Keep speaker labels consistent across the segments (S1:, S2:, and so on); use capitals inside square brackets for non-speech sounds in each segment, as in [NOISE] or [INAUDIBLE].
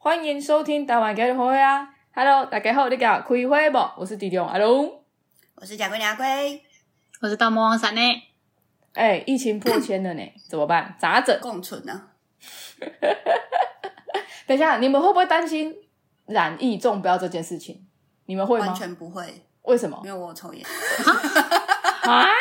S1: 欢迎收听台湾家的会啊！Hello，大家好，你讲开会不？我是迪迪阿龙。
S2: 我是贾龟娘龟，
S3: 我是大魔王闪呢，
S1: 哎、疫情破千了呢， [COUGHS] 怎么办？咋整？
S2: 共存呢、
S1: 等一下，你们会不会担心染疫中标这件事情？你们会
S2: 完
S1: 吗？
S2: 全不会，
S1: 为什么
S2: 因为我有抽烟。
S1: 啊？ [LAUGHS]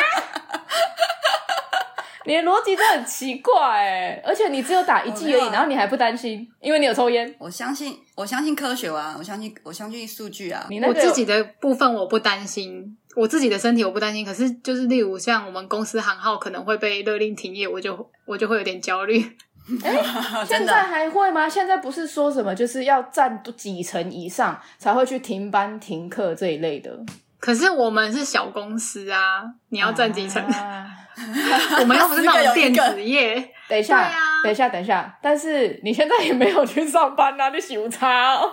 S1: 你的逻辑真的很奇怪哎、而且你只有打一剂而已，
S2: 我没有啊
S1: 然后你还不担心，因为你有抽烟。
S2: 我相信，我相信科学啊，我相信，我相信数据啊。
S1: 你那
S3: 我
S1: 个
S3: 自己的部分我不担心，我自己的身体我不担心。可是就是例如像我们公司行号可能会被勒令停业，我就我就会有点焦虑。 [LAUGHS]
S1: 现
S2: 哦真
S1: 在
S2: 的，
S1: 还会吗？现在不是说什么就是要占几成以上才会去停班停课这一类的？
S3: 可是我们是小公司啊，你
S1: 你
S3: 要占几成？
S1: 啊
S3: [LAUGHS] 我们又不是那
S2: 十
S3: 种
S2: 个有一
S3: 电
S2: 个
S1: [LAUGHS]
S3: 子业，
S1: 等一下，
S3: 对啊
S1: 等一下，等一下！但是你现在也没有去上班啊，你休差 [LAUGHS] 哦。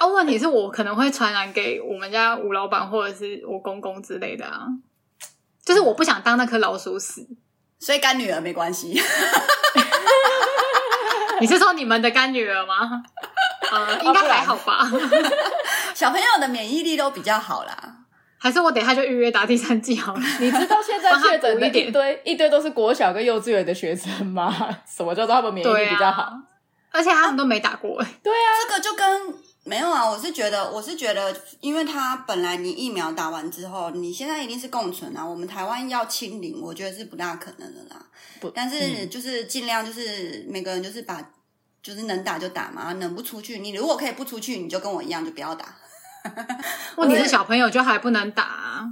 S3: 啊，问题是我可能会传染给我们家吴老板或者是我公公之类的啊，就是我不想当那颗老
S1: [LAUGHS]
S3: 鼠屎。
S2: 所以干女儿没关系。 [LAUGHS]
S3: 你是说你们的干女儿吗？呃，应
S1: 啊不
S3: 该
S1: 然
S3: 还好吧？ [LAUGHS]
S2: 小朋友的免疫力都比较好啦。
S3: 还是我等一下就预约打第三剂好了？
S1: 你知道现在
S3: 帮他
S1: 确诊
S3: 补
S1: 的
S3: 一点
S1: 一堆一堆都是国小跟幼稚园的学生吗？什么叫做他们免疫
S3: 对
S1: 力
S3: 啊，
S1: 比较好？
S3: 而且他们都没打过、欸，
S2: 这个就跟没有啊，我是觉得，我是觉得，因为他本来你疫苗打完之后，你现在一定是共存啊。我们台湾要清零，我觉得是不大可能的啦。
S1: 不嗯
S2: 但是就是尽量就是每个人就是把就是能打就打嘛，啊能不出去，你如果可以不出去，你就跟我一样，就不要打。
S1: 哦
S3: 问题是小朋友就还不能打、啊，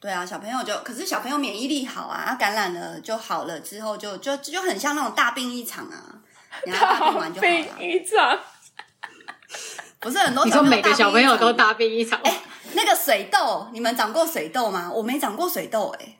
S2: 对啊，小朋友就，可是小朋友免疫力好啊，他感染了就好了，之后就就就很像那种大病一场啊，然后大病完就好
S1: 病
S2: 了。
S1: 一场，
S2: 不是很多
S1: 哦
S3: 你说每个小
S2: 小
S3: 朋
S2: 朋
S3: 友
S2: 友
S3: 都
S2: 大病一场
S3: 大病一场，
S1: 哎
S2: 那个水痘，你们长过水痘吗？我没长过水痘哎、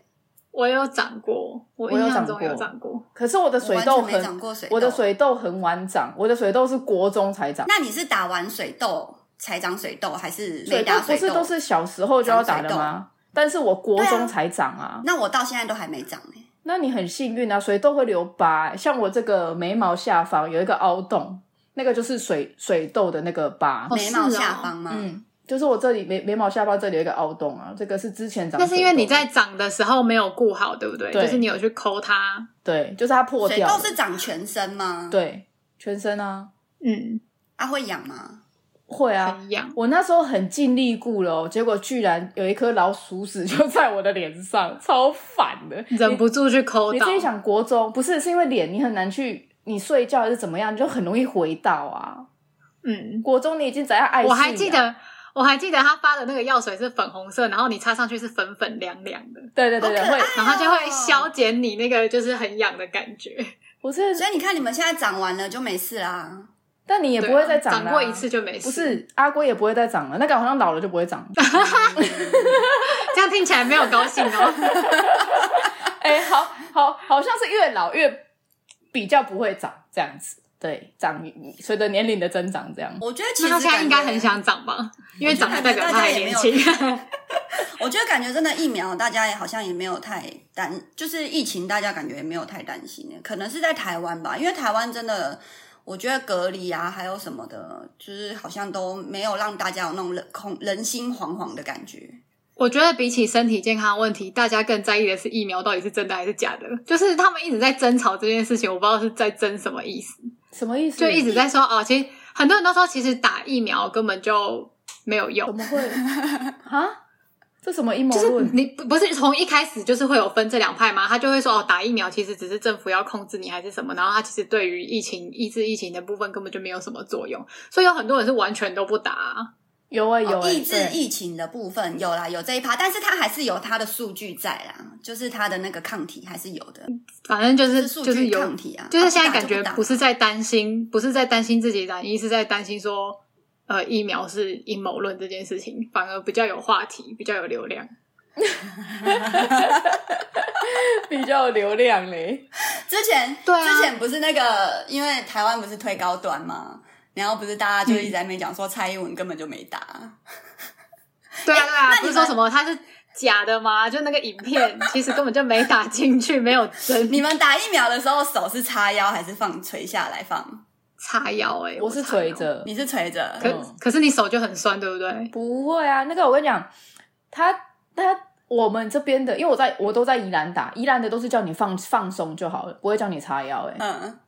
S3: 我有长过，我印象中有长过，
S1: 可是我的
S2: 我
S1: 水
S2: 完
S1: 痘
S2: 全没
S1: 很
S2: 长，过水痘。
S1: 我的，水痘很晚长，我的水痘是国中才长。
S2: 那你是打完水痘才长水痘，还是没
S1: 水痘
S2: 打
S1: 不
S2: 水
S1: 是都是小时候就要打的
S2: 长水
S1: 吗？但是我国
S2: 对啊
S1: 中才长啊，
S2: 那我到现在都还没长哎、
S1: 那你很幸运啊，水痘会留疤、像我这个眉毛下方有一个凹洞，那个就是水水痘的那个疤。
S3: 哦
S2: 眉毛
S3: 是哦
S2: 下方吗？
S1: 嗯，就是我这里眉眉毛下方这里有一个凹洞啊，这个是之前长水痘的。
S3: 那是因为你在长的时候没有顾好，对不对？
S1: 对
S3: 就是你有去抠它，
S1: 啊对，就是它破
S2: 水
S1: 掉
S2: 痘
S1: 了，
S2: 是长全身吗？，
S1: 对，全身啊，
S3: 嗯，
S2: 啊会痒吗？
S1: 会啊。
S3: 很痒。
S1: 我那时候很尽力顾了、哦，结果居然有一颗老鼠屎就在我的脸上， [LAUGHS] 超烦的。
S3: 忍不住去抠
S1: 你
S3: 到
S1: 自，己想，国中不是是因为脸你很难去，你睡觉还是怎么样，你就很容易回到啊。
S3: 嗯，
S1: 国中你已经怎样爱
S3: 我
S1: 上
S3: 还
S1: 你
S3: 记
S1: 啊
S3: 得，我还记得他发的那个药水是粉红色，然后你擦上去是粉粉凉凉的，
S1: 对对对对，
S2: 好可
S1: 会
S2: 爱。
S3: 然后它就会消减你那个就是很痒的感觉。
S1: 我是，
S2: 所以你看你们现在长完了就没事啦。
S1: 但你也不会再长
S3: 对
S1: 了、
S3: 啊长过一次，就没事。
S1: 不是阿龟也不会再长了，那个好像老了就不会长。
S3: 这样听起来没有高兴哦。
S1: [LAUGHS] 哎、好好好像是越老越比较不会长这样子，对，长随着年龄的增长这样。
S2: 我觉得其
S3: 那
S2: 实
S3: 他现在
S2: 感
S3: 应该
S2: 觉
S3: 很，想长吧？因为长
S2: 我
S3: 得
S2: 觉得
S3: 代表他还年轻。
S2: 我觉得感觉真的疫苗，大家也好像也没有太担，就是疫情大家感觉也没有太担心耶，可能是在台湾吧，因为台湾真的。我觉得隔离啊，还有什么的，就是好像都没有让大家有那种人恐人心惶惶的感觉。
S3: [LAUGHS] 我觉得比起身体健康问题，大家更在意的是疫苗到底是真的还是假的。就是他们一直在争吵这件事情，我不知道是在争什么意思，
S1: 什么意思？
S3: 就一直在说哦，其实很多人都说，其实打疫苗根本就没有用
S1: 怎。么会
S2: [LAUGHS]
S1: 啊？这什么阴谋
S3: 就是
S1: 论？
S3: 你不不是从一开始就是会有分这两派吗？他就会说哦，打疫苗其实只是政府要控制你还是什么，然后他其实对于疫情抑制疫情的部分根本就没有什么作用，所以有很多人是完全都不打啊、
S1: 有啊有
S2: 哦
S1: 啊，
S3: 欸
S2: 抑制
S1: 对
S2: 疫情的部分有啦，有这一趴，但是它还是有它的数据在啦，就是它的那个抗体还是有的，
S3: 反正就
S2: 就是
S3: 是
S2: 数
S3: 就是
S2: 据
S3: 有
S2: 抗体啊。
S3: 就是
S2: 啊
S3: 现在
S2: 打
S3: 感觉
S2: 不打
S3: 不是在担心，不是在担心自己染疫，是在担心说，呃，疫苗是阴谋论这件事情，反而比较有话题，比较有流量。
S1: 比较有流量嘞。
S2: 之前
S3: 对啊
S2: 之前不是那个，因为台湾不是推高端嘛，然后不是大家就一直在那边讲说蔡英文根本就没打，
S3: 对啊，对啊，
S2: 那你
S3: 不是说
S2: 们
S3: 什么他是假的吗？就那个影片，其实根本就没打进去，没有真 [LAUGHS]
S2: 你们打疫苗的时候手是叉腰还是放垂下来放？
S3: 叉腰哎、欸，
S1: 我是
S3: 叉腰
S1: 垂。着，
S2: 你是垂着，
S3: 可、
S1: 嗯
S3: 可是你手就很酸，对不对？
S1: 不会啊，那个我跟你讲，他他我们这边的，因为我在我都在宜兰打，宜兰的都是叫你放放松就好了，不会叫你叉腰、欸。哎、
S2: 嗯，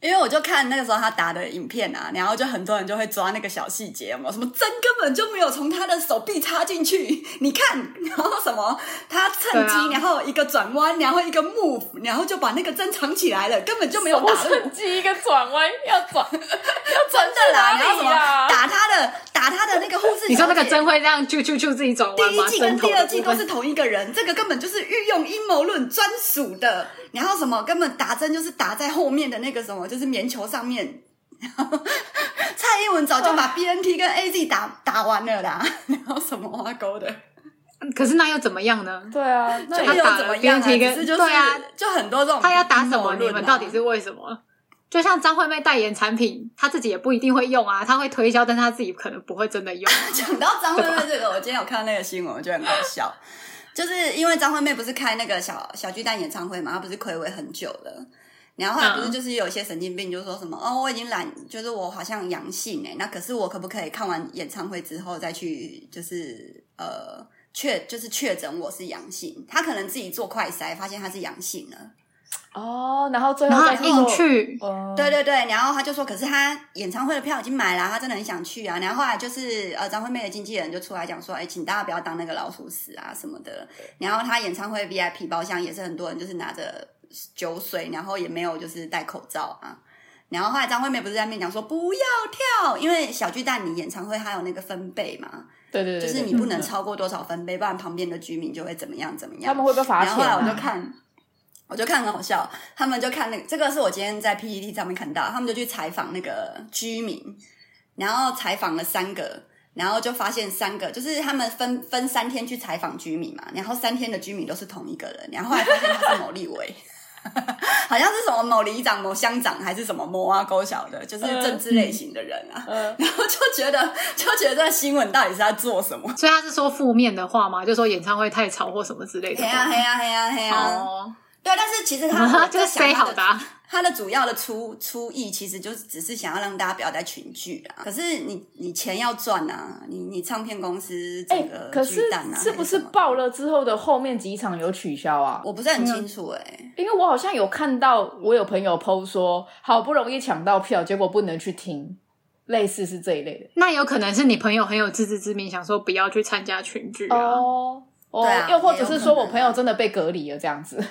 S2: 因为我就看那个时候他打的影片啊，然后就很多人就会抓那个小细节，有没有什么针根本就没有从他的手臂插进去，你看，然后什么他趁机，
S3: 对啊
S2: 然后一个转弯，然后一个 move，然后就把那个针藏起来了，根本就没有
S1: 我
S2: 打入
S1: 趁。机一个转弯要
S2: [LAUGHS]
S1: 转，要转
S2: 真的啦，
S1: 去
S2: 然后
S1: 哪
S2: 什
S1: 里
S2: 么
S1: 啦？
S2: 打他的打他的那个护士，
S3: 啊你说那个针。会让啾啾啾自己转弯
S2: 第
S3: 吗？
S2: 一季
S3: 针
S2: 跟
S3: 头
S2: 第
S3: 的
S2: 二季
S3: 部
S2: 都
S3: 分
S2: 是同一个人，这个根本就是御用阴谋论专属的。然后什么根本打针就是打在后面的那个什么，就是棉球上面。 [LAUGHS] 然后蔡英文早就把 B N T 跟 A Z 打打完了啦， [LAUGHS] 然后什么挖沟的，
S3: 可是那又怎么样呢？
S1: 对啊，那
S2: 就
S1: 也
S3: 他
S2: 没有
S3: 打了
S2: 怎么样啊，
S3: BNT 跟
S2: 只是就是
S3: 对啊
S2: 就很多这种
S3: 他要打什
S2: 阴谋
S3: 么？
S2: 论啊
S3: 你们到底是为什么？就像张惠妹代言产品，她自己也不一定会用啊，她会推销，但是她自己可能不会真的用。
S2: 讲到张惠妹这个，我今天有看到那个新闻，我觉得很好笑，就是因为张惠妹不是开那个小小巨蛋演唱会嘛，她不是暌违很久了。然后后来不是
S3: 嗯
S2: 就是有一些神经病就说什么、哦，我已经懒，就是我好像阳性哎、那可是我可不可以看完演唱会之后再去就是呃确就是确诊我是阳性？她可能自己做快筛发现她是阳性了，
S1: 哦，然后最
S3: 然
S1: 后
S3: 后
S1: 再去做
S3: 硬，去，
S1: 哦
S2: 对对对，然后他就说，可是他演唱会的票已经买了，他真的很想去啊。然后后来就是呃，张惠妹的经纪人就出来讲说，哎，请大家不要当那个老鼠屎啊什么的。然后他演唱会 VIP 包厢也是很多人就是拿着酒水，然后也没有就是戴口罩啊。然后后来张惠妹不是在那边讲说不要跳，因为小巨蛋你演唱会还有那个分贝嘛，
S1: 对对对，
S2: 就
S1: 对
S2: 是你不能。
S1: 嗯
S2: 超过多少分贝，不然旁边的居民就会怎么样怎么样。
S1: 他们会被罚
S2: 然
S1: 钱
S2: 后后来
S1: 啊。
S2: 我就看，我就看很好笑，他们就看那个，这个是我今天在 PPT 上面看到，他们就去采访那个居民，然后采访了三个。然后就发现三个，就是他们分分三天去采访居民嘛，然后三天的居民都是同一个人，然后后来发现他是某立委， [LAUGHS] 好像是什么某里长、某乡长还是什么某啊勾小的，就是政治类型的人啊， [LAUGHS]
S1: 呃，
S2: 然后就觉得就觉得这个新闻到底是在做什么？
S3: 所以他是说负面的话吗？就说演唱会太吵或什么之类的
S2: 嘿
S3: 话。
S2: 啊呀嘿啊呀嘿呀嘿呀！
S3: 哦，
S2: 对，但是其实
S3: [LAUGHS]
S2: 他
S3: 然后
S2: 我
S3: 就
S2: 在
S3: 是
S2: 想
S3: 塞
S2: 他
S3: 好
S2: 的
S3: 的啊，
S2: 他的主要的出出意其实就是只是想要让大家不要再群聚啦。可是你你钱要赚啊，你你唱片公司
S1: 哎、
S2: 整个
S1: 可
S2: 巨
S1: 是
S2: 蛋啊，
S1: 是不
S2: 还
S1: 是
S2: 什么
S1: 爆了之后的后面几场有取消啊？
S2: 我不是很清楚哎、欸。
S1: 因为我好像有看到，我有朋友 PO 说，好不容易抢到票，结果不能去听，类似是这一类的。
S3: 那有可能是你朋友很有自知之明，想说不要去参加群聚啊。
S1: 哦哦，
S2: 对啊
S1: 又或者是说
S2: 也有可能啊
S1: 我朋友真的被隔离了这样子。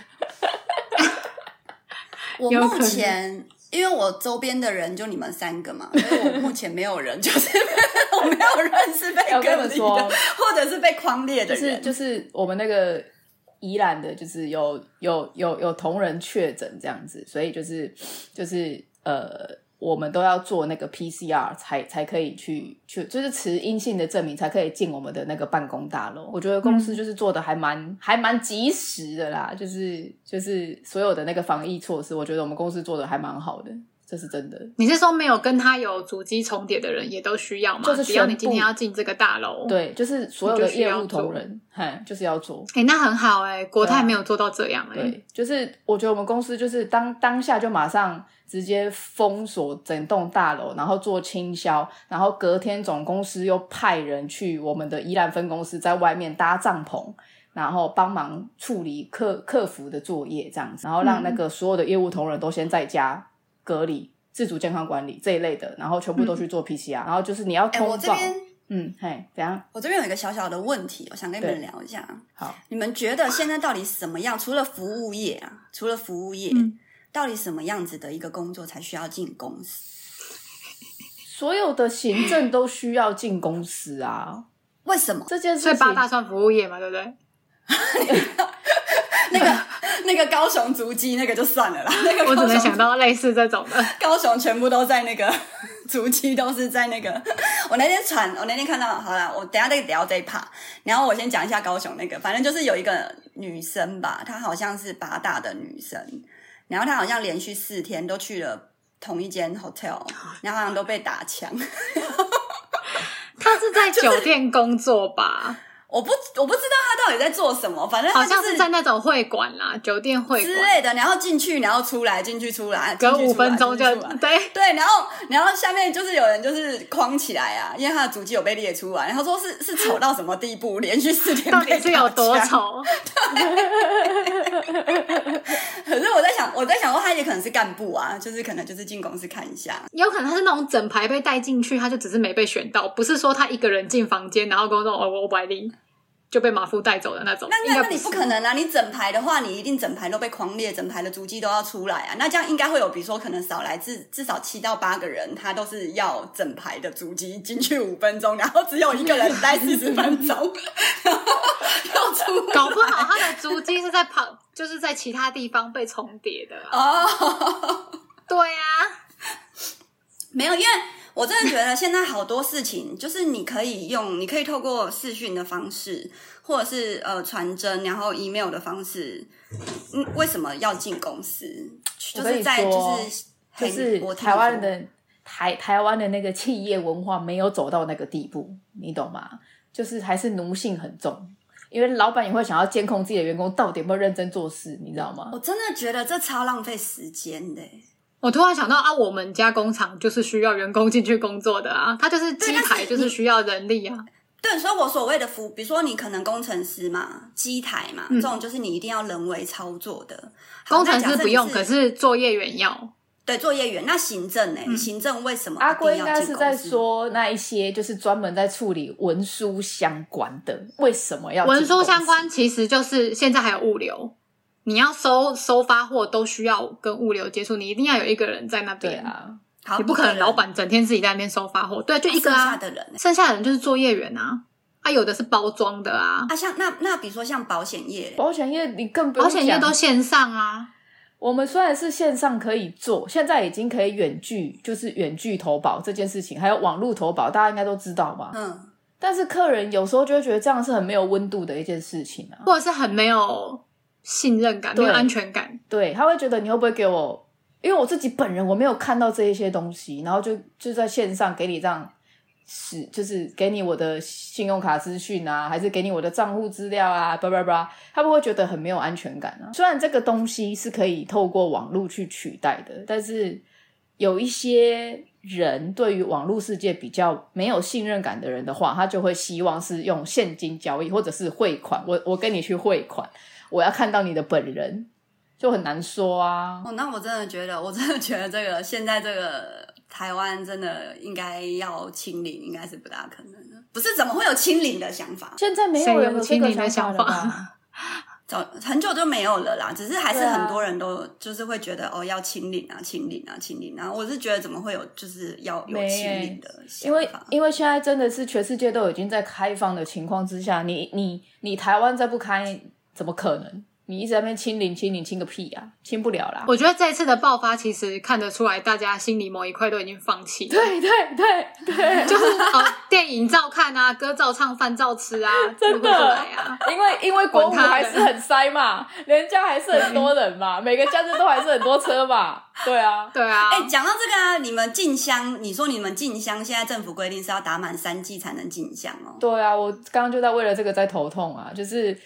S2: 我
S3: 有可
S2: 目
S3: 能
S2: 前因为我周边的人就你们三个嘛，所以我目前没有人就是我没 [LAUGHS] 有认
S1: [LAUGHS]
S2: 识被
S1: 我跟
S2: 隔
S1: 你
S2: 离
S1: 说
S2: 的，或者是被框列的
S1: 就是
S2: 人。
S1: 就是我们那个宜兰的，就是有有有有同仁确诊这样子，所以就是就是呃，我们都要做那个 PCR 才才可以去去，就是持阴性的证明才可以进我们的那个办公大楼。我觉得公司就是做的还蛮、还蛮及时的啦，就是就是所有的那个防疫措施，我觉得我们公司做的还蛮好的，这是真的。
S3: 你是说没有跟他有足迹重叠的人也都需要吗？
S1: 就是
S3: 只要你
S1: 全部
S3: 今天要进这个大楼，，
S1: 对，就是所有
S3: 你
S1: 的
S3: 就是
S1: 业
S3: 要
S1: 务同
S3: 做
S1: 仁，嗨，就是要做。
S3: 哎、那很好哎、国
S1: 对啊
S3: 泰没有做到这样哎、
S1: 对，就是我觉得我们公司就是当当下就马上直接封锁整栋大楼，然后做清消，然后隔天总公司又派人去我们的宜兰分公司在外面搭帐篷。然后帮忙处理客客服的作业，这样子，然后让那个所有的业务同仁都先在家隔离、自主健康管理这一类的，然后全部都去做 PCR，、然后就是你要
S2: 哎、我
S1: 通
S2: 这
S1: 报，
S2: 边
S1: 嗯，嘿，怎样？
S2: 我这边有一个小小的问题，我想跟你们
S1: 对
S2: 聊一下。啊
S1: 好，
S2: 你们觉得现在到底什么样？除了服务业啊，除了服务业，
S3: 嗯
S2: 到底什么样子的一个工作才需要进公司？
S1: 所有的行政都需要进公司啊，
S2: 为什么？ [LAUGHS]
S1: 这件事
S3: 所以
S1: 情
S3: 八大算服务业嘛，对不对？
S2: 那个那个高雄足迹那个就算了啦，那个
S3: [LAUGHS] 我只
S2: 高
S3: 能
S2: 雄
S3: 想到类似这 [LAUGHS] 种的。
S2: [LAUGHS] 高雄全部都在那个 [LAUGHS] 足迹都是在那个。我那天传，我那天看到，好啦，我等一下再聊这一 part。然后我先讲一下高雄那个，反正就是有一个女生吧，她好像是八大的女生，然后她好像连续四天都去了同一间 hotel，然后好像都被打枪。
S3: [LAUGHS] 他是在酒店工作吧？
S2: 我不我不知道他到底在做什么，反正
S3: 好
S2: 他
S3: 像
S2: 就是
S3: 在那种会馆啦，酒店会
S2: 之
S3: 馆，
S2: 类的，然后进去，然后出来，进去出来，
S3: 隔
S2: 进去
S3: 五
S2: 出来
S3: 分钟就
S2: 进去出来
S3: 对。
S2: [LAUGHS] 对，然后然后下面就是有人就是框起来啊，因为他的足迹有被列出啊来，然后说是是丑到什么地步，连续四天
S3: 到
S2: 被
S3: 底是有
S2: 打
S3: 多
S2: 枪？
S3: 丑？
S2: [LAUGHS] 可是我在想，我在想说他也可能是干部啊，就是可能就是进公司看一下，
S3: 有可能他是那种整排被带进去，他就只是没被选到，不是说他一个人进房间，然后跟我说哦我我百丽就被马夫带走的那种。
S2: 那
S3: 应
S2: 那
S3: 该
S2: 那你
S3: 不
S2: 不
S3: 是
S2: 可能啊！你整排的话，你一定整排都被狂列，整排的足迹都要出来啊。那这样应该会有，比如说可能少来至至少七到八个人，他都是要整排的足迹进去五分钟，然后只有一个人待四十分
S3: [LAUGHS]
S2: 钟， [LAUGHS] 然后要出来
S3: 搞不好他的足迹是在旁，就是在其他地方被重叠的啊、
S2: 哦。
S3: 对啊呀、
S2: 没有，因为我真的觉得现在好多事情，就是你可以用，你可以透过视讯的方式，或者是呃传真，然后 email 的方式。嗯，为什么要进公司？就
S1: 我跟
S2: 是
S1: 你
S2: 在
S1: 说
S2: 就是
S1: 就
S2: 嘿
S1: 是
S2: 我听
S1: 台湾
S2: 说
S1: 的台台湾的那个企业文化没有走到那个地步，你懂吗？就是还是奴性很重，因为老板也会想要监控自己的员工到底有没有认真做事，你知道吗？
S2: 我
S3: 哦
S2: 真的觉得这超浪费时间的欸。
S3: 我突然想到啊，我们家工厂就是需要员工进去工作的啊，它就是机
S2: 对但
S3: 台
S2: 是
S3: 就是
S2: 你
S3: 需要人力啊。
S2: 对，所以我所谓的服，比如说你可能工程师嘛、机台嘛，
S3: 嗯
S2: 这种就是你一定要人为操作的。好
S3: 工程
S2: 那假
S3: 师
S2: 设
S3: 不
S2: 你
S3: 用，
S2: 是
S3: 可是作业员要。
S2: 对作业员，那行政呢？行政为什么
S1: 阿
S2: 一定
S1: 龟应
S2: 要进
S1: 该是在
S2: 公司？
S1: 说那一些就是专门在处理文书相关的，为什么要进
S3: 文书
S1: 公司
S3: 相关其实就是现在还有物流，你要收收发货都需要跟物流接触，你一定要有一个人在那
S1: 对
S3: 边。
S1: 啊，
S2: 好，
S3: 你不可能老
S2: 一
S3: 板整天自己在那边收发货，对，
S2: 个
S3: 就
S2: 人
S3: 一个
S2: 剩下
S3: 啊，
S2: 的人欸。
S3: 剩下的人就是作业员啊，啊，有的是包装的啊，
S2: 啊，像那那比如说像保险业嘞，
S1: 保险业你更不用
S3: 保险业
S1: 讲
S3: 都线上啊，
S1: 我们虽然是线上可以做，现在已经可以远距，就是远距投保这件事情，还有网络投保，大家应该都知道嘛。
S2: 嗯，
S1: 但是客人有时候就会觉得这样是很没有温度的一件事情啊。
S3: 或者是很没有信任感，没
S1: 对
S3: 有安全感。
S1: 对，他会觉得你会不会给我？因为我自己本人我没有看到这一些东西，然后就就在线上给你这样使，就是给你我的信用卡资讯啊，还是给你我的账户资料啊，叭叭叭，他们会觉得很没有安全感啊。虽然这个东西是可以透过网络去取代的，但是有一些人对于网络世界比较没有信任感的人的话，他就会希望是用现金交易或者是汇款，我我跟你去汇款，我要看到你的本人。就很难说啊。
S2: 哦，那我真的觉得，我真的觉得这个现在这个台湾真的应该要清零，应该是不大可能的。不是怎么会有清零的想法？
S1: 现在没
S3: 谁
S1: 有人
S3: 有
S1: 有
S3: 清
S1: 这个
S3: 零的
S1: 想
S3: 想
S1: 法了吧？
S3: 法？
S2: 早很久就没有了啦，只是还是
S1: 对啊
S2: 很多人都就是会觉得、哦要清零啊，清零啊，清零啊。我是觉得怎么会有就是要有
S1: 没
S2: 清
S1: 欸
S2: 零的
S1: [LAUGHS]
S2: 想
S1: 因为
S2: 法？
S1: 因为现在真的是全世界都已经在开放的情况之下，你你你台湾再不开，怎么可能？你一直在那边清零清零清个屁啊，清不了啦。
S3: 我觉得这一次的爆发，其实看得出来，大家心里某一块都已经放弃了。
S1: 对对对对， [LAUGHS]
S3: 就是呃，电影照看啊，歌照唱，饭照吃啊，顾
S1: 真
S3: 不
S1: 的
S3: 过来啊。
S1: 因为因为国
S3: 管
S1: 五
S3: 他的
S1: 还是很塞
S3: [LAUGHS]
S1: 嘛，人家还是很多人嘛，每个假日都还是很多车嘛，对啊。
S3: 对啊，
S2: 哎、讲到这个啊，你们进香，你说你们进香，现在政府规定是要打满三剂才能进香哦。
S1: 对啊，我刚刚就在为了这个在头痛啊，就是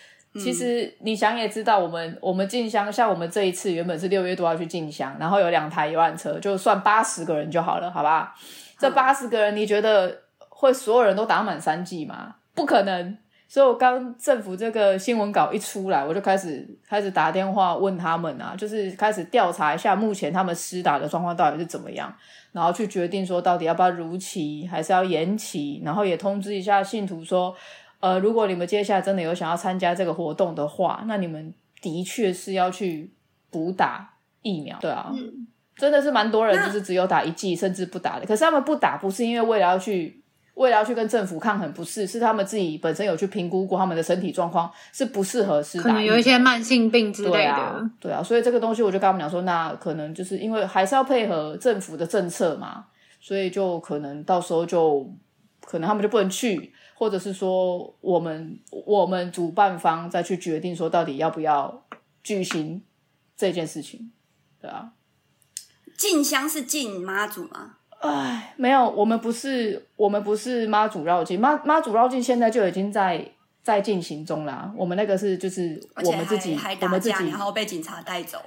S1: 其实你想也知道，我们我们进香，像我们这一次原本是六月多要去进香，然后有两台游览车，就算八十个人就好了，好吧？这八十个人，你觉得会所有人都打满三剂吗？不可能。所以我刚政府这个新闻稿一出来，我就开始开始打电话问他们啊，就是开始调查一下目前他们施打的状况到底是怎么样。然后去决定说到底要不要如期，还是要延期，然后也通知一下信徒说，呃，如果你们接下来真的有想要参加这个活动的话，那你们的确是要去补打疫苗，对啊，
S3: 嗯
S1: 真的是蛮多人
S2: 那
S1: 就是只有打一剂，甚至不打的。可是他们不打，不是因为为了要去。为了要去跟政府抗衡，不是，是他们自己本身有去评估过他们的身体状况是不适合施打疫
S3: 可
S1: 苗，
S3: 能有一些慢性病之
S1: 对
S3: 类
S1: 啊
S3: 的。，
S1: 对啊，所以这个东西我就跟他们讲说，那可能就是因为还是要配合政府的政策嘛，所以就可能到时候就可能他们就不能去，或者是说我们我们主办方再去决定说到底要不要举行这件事情，对啊。
S2: 进香是进妈祖吗？
S1: 哎，没有，我们不是我们不是妈祖绕境，妈妈祖绕境现在就已经在在进行中啦。我们那个是就是
S2: 而
S1: 我
S2: 且
S1: 们自己
S2: 还还，
S1: 我
S2: 打
S1: 们自
S2: 架，
S1: 己
S2: 然后被警察带走。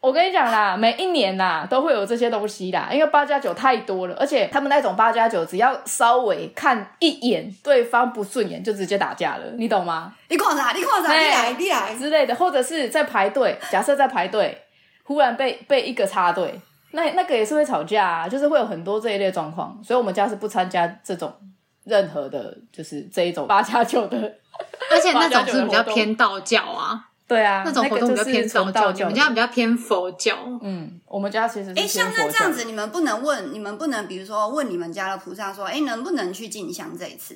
S1: 我跟你讲啦，每一年啦都会有这些东西啦，因为八加九太多了，而且他们那种八加九，只要稍微看一眼对方不顺眼，就直接打架了，你懂吗？
S2: 你看啥？你看啥？你来，
S1: 嘿
S2: 你
S3: 嗯
S2: 来。
S1: 之类的，或者是在排队，假设在排队，忽然被被一个插队，那那个也是会吵架啊，就是会有很多这一类状况，所以我们家是不参加这种任何的，就是这一种八加九的。
S3: 而且那种
S1: 八加九
S3: 是
S1: 的
S3: 比较
S1: 活动
S3: 偏道教啊，
S1: 对啊，
S3: 那种活动比
S1: 那
S3: 较
S1: 个就
S3: 偏
S1: 是
S3: 道
S1: 纯
S3: 教，
S1: 道
S3: 你
S1: 教
S3: 们
S1: 的。
S3: 家比较偏佛教。
S1: 嗯，我们家其实是
S2: 哎，像那
S1: 偏佛
S2: 这
S1: 教
S2: 样子，你们不能问，你们不能，比如说问你们家的菩萨说，哎，能不能去进香这一次？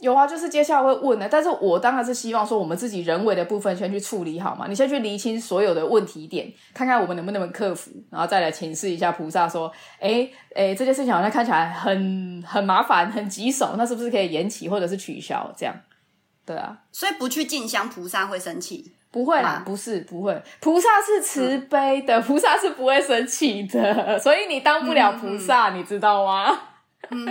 S1: 有啊，就是接下来会问的、但是我当然是希望说我们自己人为的部分先去处理好嘛，你先去厘清所有的问题点，看看我们能不能克服，然后再来请示一下菩萨说，哎哎，这件事情好像看起来很很麻烦，很棘手，那是不是可以延期或者是取消？这样，对啊，
S2: 所以不去进香，菩萨会生气。
S1: 不会
S2: 啊
S1: 啦，不是不会，菩萨是慈悲的，菩萨是不会生气的，所以你当不了菩萨，你知道吗？
S2: 嗯，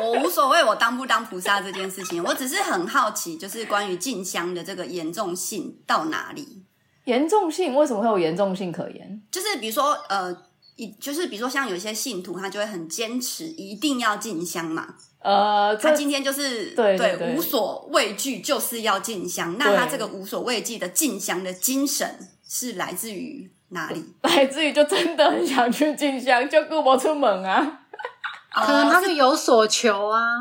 S2: 我无所谓，我当不当菩萨这件事情，我只是很好奇，就是关于进香的这个严重性到哪里。
S1: 严重性为什么会有严重性可言？
S2: 就是比如说，呃，一就是比如说，像有一些信徒，他就会很坚持一定要进香嘛。
S1: 呃，
S2: 他
S1: 这
S2: 今天就是
S1: 对对对
S2: 无所畏惧，就是要进香。那
S1: 对
S2: 他这个无所畏惧的进香的精神是来自于哪里？
S1: [LAUGHS] 来自于就真的很想去进香，就顾不出门啊。
S3: 可能他
S2: 哦
S3: 们有所求啊，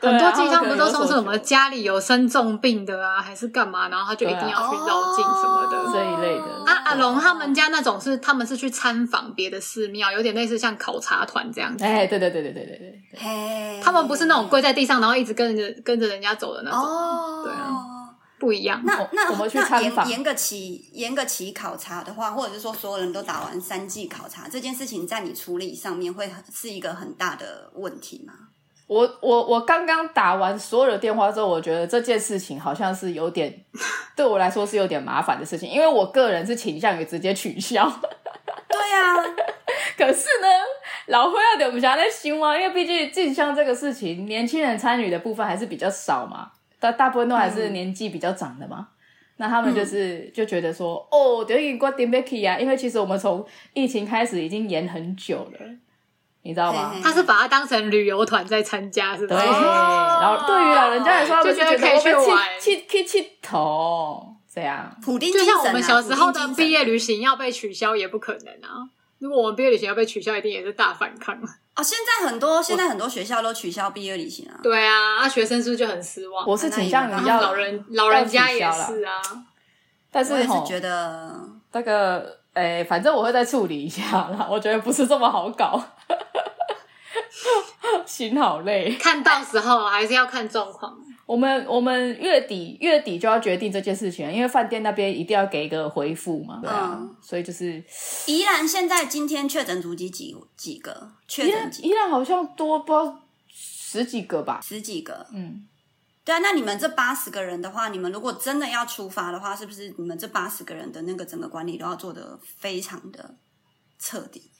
S1: 对啊
S3: [LAUGHS] 很多进香
S1: 他
S3: 不
S1: 们可能
S3: 都
S1: 有
S3: 说
S1: 所
S3: 是什么
S1: 求
S3: 家里有生重病的啊，还是干嘛，然后他就一定要去绕境什么
S2: 对啊
S3: 的。
S1: 这一类的
S3: 啊，阿龙他们家那种是他们是去参访别的寺庙，有点类似像考察团这样子。
S1: 哎，对对对对对对对，
S2: 嘿，
S3: 他们不是那种跪在地上，然后一直跟着跟着人家走的那种，
S2: 哦，
S3: 对啊不一样。
S2: 那
S1: 我
S2: 那
S1: 我们去
S2: 那
S1: 参
S2: 严
S1: 访
S2: 严个期严个期考察的话，或者是说所有人都打完三剂考察，这件事情在你处理上面会很是一个很大的问题吗？
S1: 我我我刚刚打完所有的电话之后，我觉得这件事情好像是有点， [LAUGHS] 对我来说是有点麻烦的事情，因为我个人是倾向于直接取消。
S2: 对啊，
S1: [LAUGHS] 可是呢，老灰要对我们家在心啊，因为毕竟进香这个事情，年轻人参与的部分还是比较少嘛，大大部分都还是年纪比较长的嘛。那他们就是、就觉得说，哦，等于关点 Becky 啊，因为其实我们从疫情开始已经延很久了，你知道吗？
S2: 嘿嘿
S3: 他是把它当成旅游团在参加，是不
S1: 对，
S3: 是？
S1: 然后对于老人家来说，他们
S3: 哦就觉得
S1: 觉得
S3: 可以
S1: 我
S3: 去
S1: 们
S3: 玩
S1: 去去去头这样。
S2: 普丁
S3: 就
S2: 精神
S3: 像
S2: 啊
S3: 我们小时候
S2: 普
S3: 的
S2: 丁精神
S3: 毕业旅行要被取消也不可能啊。如果我们毕业旅行要被取消，一定也是大反抗。
S2: 哦，现在很多现在很多学校都取消毕业旅行啊。
S3: 对啊，那、学生是不是就很失望？
S1: 我是倾向
S3: 然
S1: 于
S3: 后
S1: 要
S3: 老，人老人家也
S1: 要取消
S3: 是啊，
S1: 但是
S2: 我也是
S1: 吼
S2: 觉得，
S1: 那个，诶、反正我会再处理一下啦。 [LAUGHS] 我觉得不是这么好搞， [LAUGHS] 心好累。
S3: 看到时候还是要看状况。
S1: 我们我们月底月底就要决定这件事情了，因为饭店那边一定要给一个回复嘛，对啊，
S2: 嗯
S1: 所以就是
S2: 宜兰现在今天确诊足迹几几个？确
S1: 依然
S2: 诊几
S1: 依然好像多不知道十几个吧，
S2: 十几个？
S1: 嗯，
S2: 对啊，那你们这八十个人的话，你们如果真的要出发的话，是不是你们这八十个人的那个整个管理都要做的非常的彻底？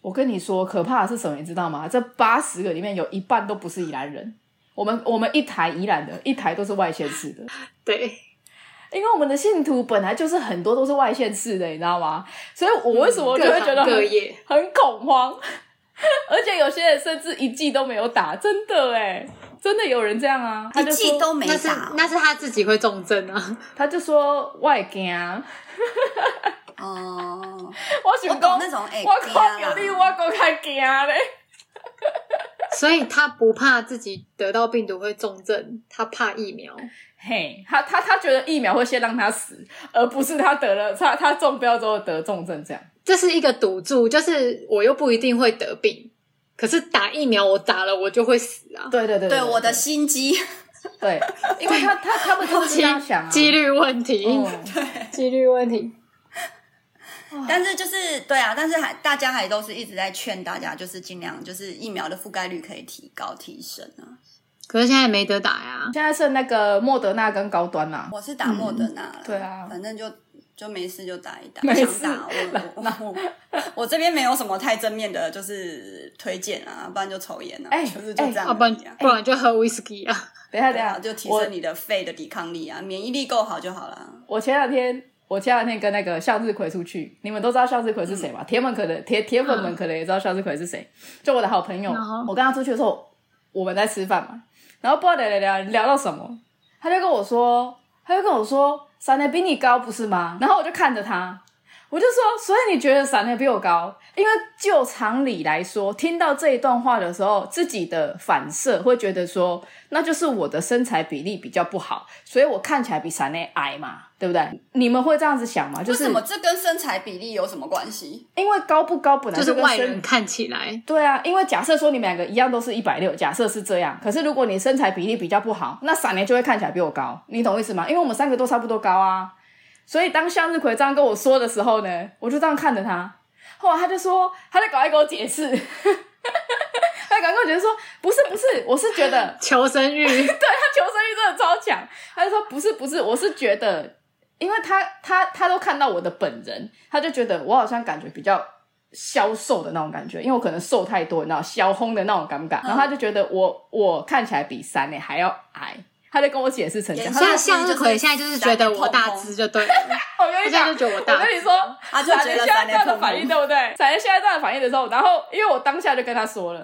S1: 我跟你说，可怕的是什么，你知道吗？这八十个里面有一半都不是宜兰人，我们我们一台宜兰的，一台都是外县市的。
S3: 对，
S1: 因为我们的信徒本来就是很多都是外县市的，你知道吗？所以我为什
S2: 嗯
S1: 么就会觉得
S3: 各行
S1: 很
S3: 各业
S1: 很恐慌？而且有些人甚至一季都没有打，真的哎，真的有人这样啊？他
S2: 一
S1: 就
S2: 季
S1: 说，
S2: 都没
S3: 那是
S2: 打
S3: 那是他自己会重症 [LAUGHS] 啊。
S1: 他就说外惊啊，
S2: 哦，
S1: [LAUGHS] 我想讲
S2: 我懂，那种哎，
S1: 我看
S2: 怕
S1: 到你，我够较惊嘞。
S3: 所以他不怕自己得到病毒会重症，他怕疫苗。
S1: 嘿，他他他觉得疫苗会先让他死，而不是他得了他他中标之后得重症这样。
S3: 这是一个赌注，就是我又不一定会得病，可是打疫苗我打了我就会死啊，
S1: 对对对
S2: 对我的心机，
S1: 对，因为他他他们就是这样
S2: [LAUGHS]
S1: 想啊，
S3: 几率问题，
S1: 嗯
S3: 几率问题。
S2: 但是就是对啊，但是还大家还都是一直在劝大家，就是尽量就是疫苗的覆盖率可以提高提升啊。
S3: 可是现在没得打呀，
S1: 现在剩那个莫德纳跟高端嘛，
S2: 我是打莫德纳啦、
S1: 对啊
S2: 反正就就没事就打一打，
S1: 没事
S2: 想打我我我我这边没有什么太正面的，就是推荐啊，不然就抽烟啊，
S1: 哎
S2: 就是就这样
S3: 要
S2: 而
S3: 不然
S2: 已啊、
S3: 不然就喝 whisky 啊，
S1: 等一下，
S2: 对
S1: 等一
S2: 啊，
S1: 下，
S2: 就提
S1: 我
S2: 升你的肺的抵抗力啊，免疫力够好就好了。
S1: 我前两天，我前两天跟那个向日葵出去，你们都知道向日葵是谁吧？
S2: 嗯
S1: 铁粉可能铁铁粉们可能也知道向日葵是谁，就我的好朋友
S3: 然后。
S1: 我跟他出去的时候，我们在吃饭嘛，然后不知道聊聊聊聊到什么，他就跟我说，他就跟我说，闪电比你高不是吗？然后我就看着他。我就说，所以你觉得闪电比我高？因为就常理来说，听到这一段话的时候，自己的反射会觉得说，那就是我的身材比例比较不好，所以我看起来比闪内矮嘛，对不对？你们会这样子想吗？就
S2: 为
S1: 是
S2: 什么这跟身材比例有什么关系？
S1: 因为高不高本来
S3: 就是
S1: 跟
S3: 外
S1: 身
S3: 人看起来，
S1: 对啊，因为假设说你们两个一样都是一百六，假设是这样，可是如果你身材比例比较不好，那闪年就会看起来比我高，你懂我意思吗？因为我们三个都差不多高啊，所以当向日葵这样跟我说的时候呢，我就这样看着他，后来他就说，他就赶快给我解释， [LAUGHS] 他就赶快跟我解释说，不是不是，我是觉得
S3: 求生欲
S1: [LAUGHS] 求生欲真的超强。他就说不是不是，我是觉得，因为他他他都看到我的本人，他就觉得我好像感觉比较消瘦的那种感觉，因为我可能瘦太多，你知道消烘的那种感觉。
S3: 嗯
S1: 然后他就觉得我我看起来比三呢还要矮，他就跟我解释成这样。
S2: 也
S1: 他
S2: 是
S1: 说
S3: 像向日 [LAUGHS] 葵现在就是觉得我大只就对了，
S1: 我跟你
S3: 他 [LAUGHS] 现
S1: 讲
S3: 在就，觉得我
S1: 我
S3: 大
S1: 跟你说，
S2: 他啊就
S1: 闪
S2: 觉
S1: 现在
S2: 得闪
S1: 这样
S2: 电
S1: 的
S2: 碰
S1: 反应
S2: 碰，
S1: 对不对？闪电现在这样的反应的时候，然后因为我当下就跟他说了。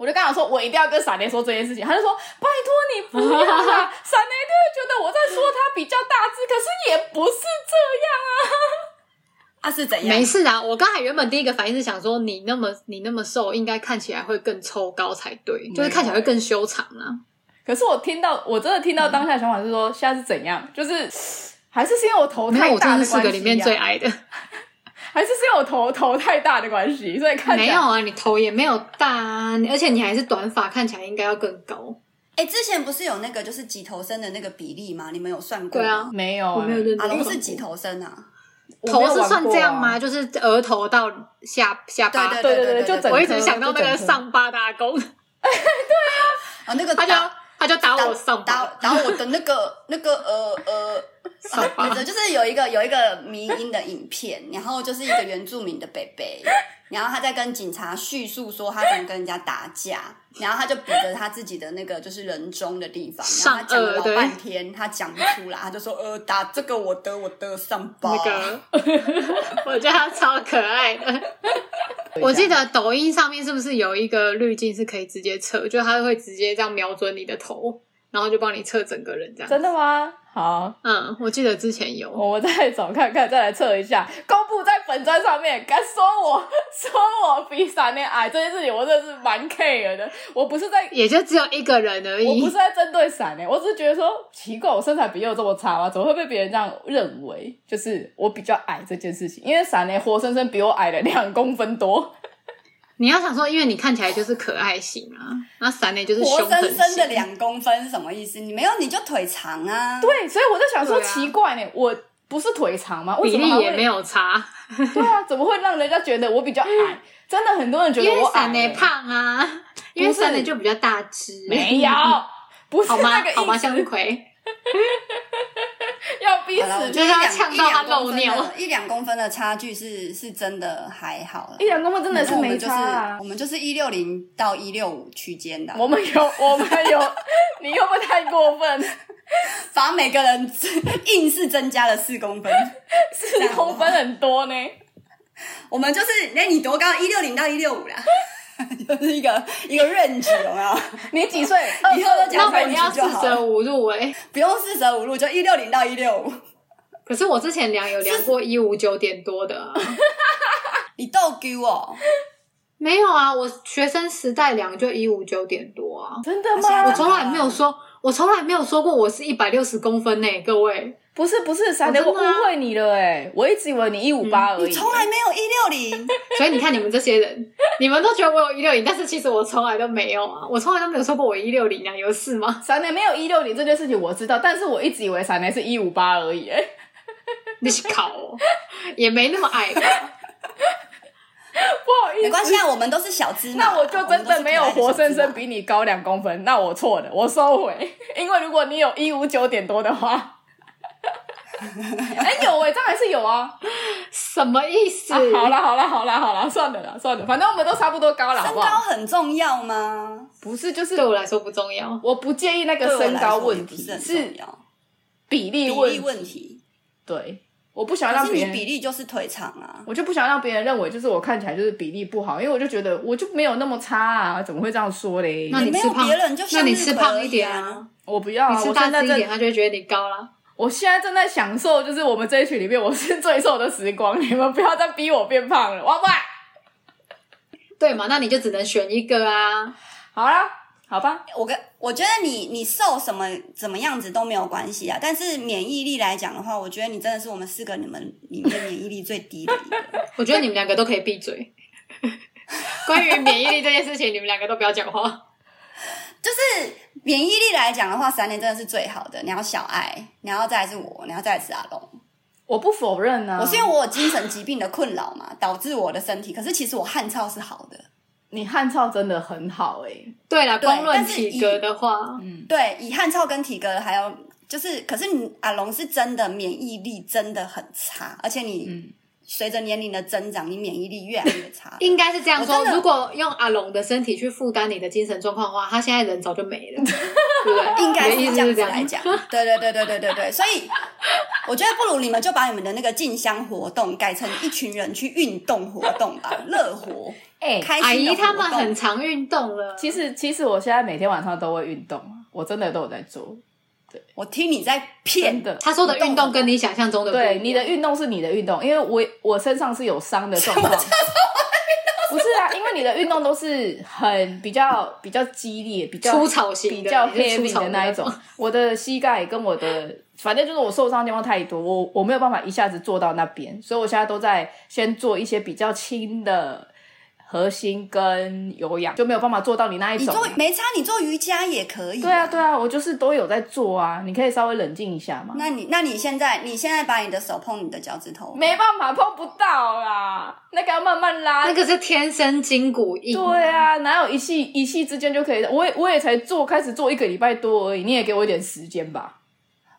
S1: 我就跟他说，我一定要跟闪电说这件事情。他就说：“拜托你不要啦，闪电就会觉得我在说他比较大只，可是也不是这
S2: 啊是怎
S3: 没
S2: 样？
S3: 事啊，我刚才原本第一个反应是想说，你那么你那么瘦，应该看起来会更抽高才对，就是看起来会更修长啊。
S1: 样啊。”可是我听到，我真的听到当下的想法是说，现在是怎样？就是还是是因为我头
S3: 你看
S1: 太
S3: 我真
S1: 大
S3: 的
S1: 的
S3: 是四
S1: 关
S3: 个
S1: 系、啊
S3: 里面最矮的，
S1: 还是是因为我头头太大的关系，所以看起
S3: 没
S1: 来
S3: 有啊，你头也没有大啊，而且你还是短发，看起来应该要更高。
S2: 哎、之前不是有那个就是几头身的那个比例吗？你们有算过？
S3: 对啊，，
S1: 没有、
S3: 我没有认
S2: 阿
S3: 真
S2: 龙是
S3: 算
S2: 几头身啊？
S1: 我没
S3: 头
S1: 有
S3: 是
S1: 玩
S3: 算
S1: 过
S3: 这样
S1: 啊
S3: 吗？？就是额头到下下巴。
S2: 对
S1: 对对，
S2: 对
S1: 就
S2: 对
S1: 整
S3: 我一
S1: 颗
S3: 直想到
S1: 就
S3: 那个
S1: 整颗
S3: 上八大弓，
S2: 啊，那个
S3: 他就
S2: 打
S3: 他就打
S2: 打
S3: 我上
S2: 打
S3: 巴
S2: 打我的那个那个呃呃，
S3: 上巴
S2: 反，正就是有一个有一个迷音的影片，然后就是一个原住民的北北，然后他在跟警察叙述说他怎么跟人家打架，然后他就比着他自己的那个就是人中的地方，然后他讲了
S3: 上颚呃
S2: 老
S3: 对
S2: 半天，他讲不出来，他就说呃打这个我的我的上包，
S3: 那个， [LAUGHS] 我觉得他超可爱的。我记得抖音上面是不是有一个滤镜是可以直接测，就它会直接这样瞄准你的头，然后就帮你测整个人这样。
S1: 真的吗？好，
S3: 嗯，我记得之前有，
S1: 我们再找看看，再来测一下。公布在本专上面，敢说我 [LAUGHS] 说我比闪电矮这件事情，我真的是蛮 care 的。我不是在，
S3: 也就只有一个人而
S1: 我不
S3: 已
S1: 是。在针对闪电，我只是觉得说奇怪，我身材比又这么差吗？怎么会被别人这样认为？就是我比较矮这件事情，因为闪电活生生比我矮了两公分多，
S3: 你要想说，因为你看起来就是可爱型啊，那闪脸就是
S2: 活生
S3: 凶狠
S2: 生的
S3: 型。
S2: 两公分是什么意思？你没有你就腿长啊，
S1: 对，所以我就想说
S3: 对啊
S1: 奇怪呢，我不是腿长吗？为
S3: 比
S1: 什么
S3: 例
S1: 还
S3: 也
S1: 会
S3: 没有差，
S1: 对啊，怎么会让人家觉得我比较矮？
S3: [LAUGHS]
S1: 真的很多人觉
S3: 因
S1: 得
S3: 为
S1: 我矮
S3: 闪
S1: 了，
S3: 雷胖啊，因为
S1: 不是
S3: 闪雷就比较大只，
S1: 没有，不是
S3: [LAUGHS] 好
S1: 那
S3: 吗
S1: 个？意
S3: 好吗？
S1: 思
S3: 向日葵，
S1: [LAUGHS] 要逼
S2: 好啦。我
S1: 死
S2: 觉得
S3: 就是要
S2: 一两
S3: 呛
S2: 一
S3: 到他
S2: 两公分的
S3: 漏尿
S2: 一两公分的差距是是真的还好啦
S1: 一
S3: 哎
S1: 两公分真的是
S2: 我
S1: 没
S2: 们就是
S1: 差啊。
S2: 我们就是一六零到一六五区间的啊，
S1: 我们有，我们 [LAUGHS] 有，你又不太过 [LAUGHS] 分，
S2: 罚每个人硬是增加了四公
S3: [LAUGHS]
S2: 分。
S1: 四公分很多呢。
S2: 我们就是，那你多高？一六零到一六五啦， [LAUGHS] 就是一个一个 range 有没有？
S1: [LAUGHS] 你几岁？二
S2: 以后都
S3: 那
S2: 讲
S3: 我们
S2: 30
S3: 要四
S2: 就好了
S3: 舍五入哎。
S2: 不用四舍五入，就一六零到一六五。
S3: 可是我之前量有量过一五九点多的、啊，
S2: 你逗 Q 哦，
S3: 没有啊，我学生时代量就一五九点多啊，
S1: 真的
S2: 现
S1: 吗
S2: 在
S3: 我
S2: 我？
S3: 从来没有说，我从来没有说过我是一百六十公分呢、各位，
S1: 不是不是，闪雷，我
S3: 我真的啊
S1: 误会你了哎，我一直以为嗯你一五八而
S2: 你
S1: 已。
S2: 从来没有一六零，
S3: 所以你看你们这些人，你们都觉得我有一六零，但是其实我从来都没有啊，我从来都没有说过我一六零啊，有事吗？ [LAUGHS]
S1: 闪雷没有一六零这件事情我知道，但是我一直以为闪雷是一五八而已哎。
S3: 你去考哦，也没那么矮吧，
S1: 不好意
S2: [LAUGHS] 没
S1: 思，
S2: 关系啊，我们都是小芝麻。
S1: [LAUGHS] 那我就真的没有活生生
S2: 比。
S1: 比你高两公 [LAUGHS] 分，那我错了，我收回。因为如果你有一五九点多的话， [LAUGHS] 哎、有哎、这样还是有啊。
S3: [LAUGHS] 什么意思？
S1: 啊好啦好啦好啦好啦，算了啦算了，反正我们都差不多高了，好
S2: 身
S1: 不
S2: 高
S1: 好？
S2: 很重要吗？
S1: 不是，就是
S3: 对我来说不重要。
S1: 我不介意那
S2: 对
S1: 个
S2: 我
S1: 身
S2: 来
S1: 高
S2: 说
S1: 问
S2: 也不
S1: 题，
S2: 是很重
S1: 是
S2: 要，
S1: 比例
S2: 比
S1: 问
S2: 例问题。
S1: 对，我不想
S2: 可
S1: 让
S2: 是
S1: 别
S2: 你
S1: 人
S2: 比例就是腿长啊，
S1: 我就不想让别人认为就是我看起来就是比例不好，因为我就觉得我就没有那么差啊，怎么会这样说嘞？
S3: 那你
S2: 没
S3: 吃
S2: 有
S3: 胖
S2: 别人就
S3: 那
S2: 向
S3: 你
S2: 日
S3: 吃
S2: 葵
S3: 胖
S2: 而
S3: 一
S2: 已
S3: 点
S2: 啊。，
S1: 我不要、啊，
S3: 你吃
S1: 我
S3: 大
S1: 现
S3: 只
S1: 在
S3: 一
S1: 正
S3: 点，他就会觉得你高了。
S1: 我现在正在享受，就是我们这一群里面我是最瘦的时光， [LAUGHS] 你们不要再逼我变胖了，哇哇！
S3: 对嘛？那你就只能选一个啊。
S1: 好啦，好吧，
S2: 我跟我觉得你你瘦什么怎么样子都没有关系啊，但是免疫力来讲的话，我觉得你真的是我们四个你们里面免疫力最低的一个。 [LAUGHS]
S3: [LAUGHS] 我觉得你们两个都可以闭嘴。关于免疫力这件事情，你们两个都不要讲话。
S2: 就是免疫力来讲的话，三年真的是最好的。你要小爱，然后再来是我，然后再来是阿龙。
S1: 我不否认啊，
S2: 我是因为我有精神疾病的困扰嘛，导致我的身体，可是其实我汗臭是好的。
S1: 你汉操真的很好哎、
S3: 对了，
S2: 对
S3: 光论
S2: 但是
S3: 体
S2: 以
S3: 格的话，。
S2: 对，以汗臭跟体格还有就是，可是你阿龙是真的免疫力真的很差，而且你随着年龄的增长，你免疫力越来越差
S3: 应该是这样
S2: 我
S3: 说
S2: 真：的
S3: 如果用阿龙的身体去负担你的精神状况的话，他现在人早就没
S2: [LAUGHS]
S3: 了，对不对？
S2: 应该是
S3: 你的意
S2: 这
S3: 思
S2: 样
S3: 是
S2: 子
S3: 这
S2: 来
S3: 样。
S2: 讲，对对对对对对对，所以我觉得不如你们就把你们的那个进香活动改成一群人去运动活动吧，乐活，
S1: 哎、
S2: 开
S3: 阿
S2: 心的活
S3: 姨
S2: 动。
S3: 他们很常运动了，
S1: 其实其实我现在每天晚上都会运动啊，我真的都有在做，
S2: 我听你在
S1: 真
S2: 骗，
S1: 的。
S3: 他说的运动跟你想象中的不一样
S1: 对，你的运动是你的运动，因为我我身上是有伤的状
S3: [LAUGHS]
S1: 况。不是啊，因为你的运动都是很比较比较激烈、比较
S3: 粗糙型的
S1: 比较
S3: 你是粗
S1: heavy
S3: 糙
S1: 的那一种。我的膝盖跟我的，反正就是我受伤的地方太多，我我没有办法一下子做到那边，所以我现在都在先做一些比较轻的核心跟有氧，就没有办法做到你那一
S2: 你
S1: 种
S2: 做
S1: 啊。
S2: 没差，你做瑜伽也可以、
S1: 对啊，对啊，我就是都有在做啊，你可以稍微冷静一下嘛。
S2: 那你那你现在你现在把你的手碰你的脚趾头，
S1: 没办法，碰不到啦，那个要慢慢拉
S3: 那个是天生筋骨硬。
S1: 对，啊，
S2: 嗯
S1: 哪有一夕一夕之间就可以的？我也我也才做开始做一个礼拜多而已，你也给我一点时间吧。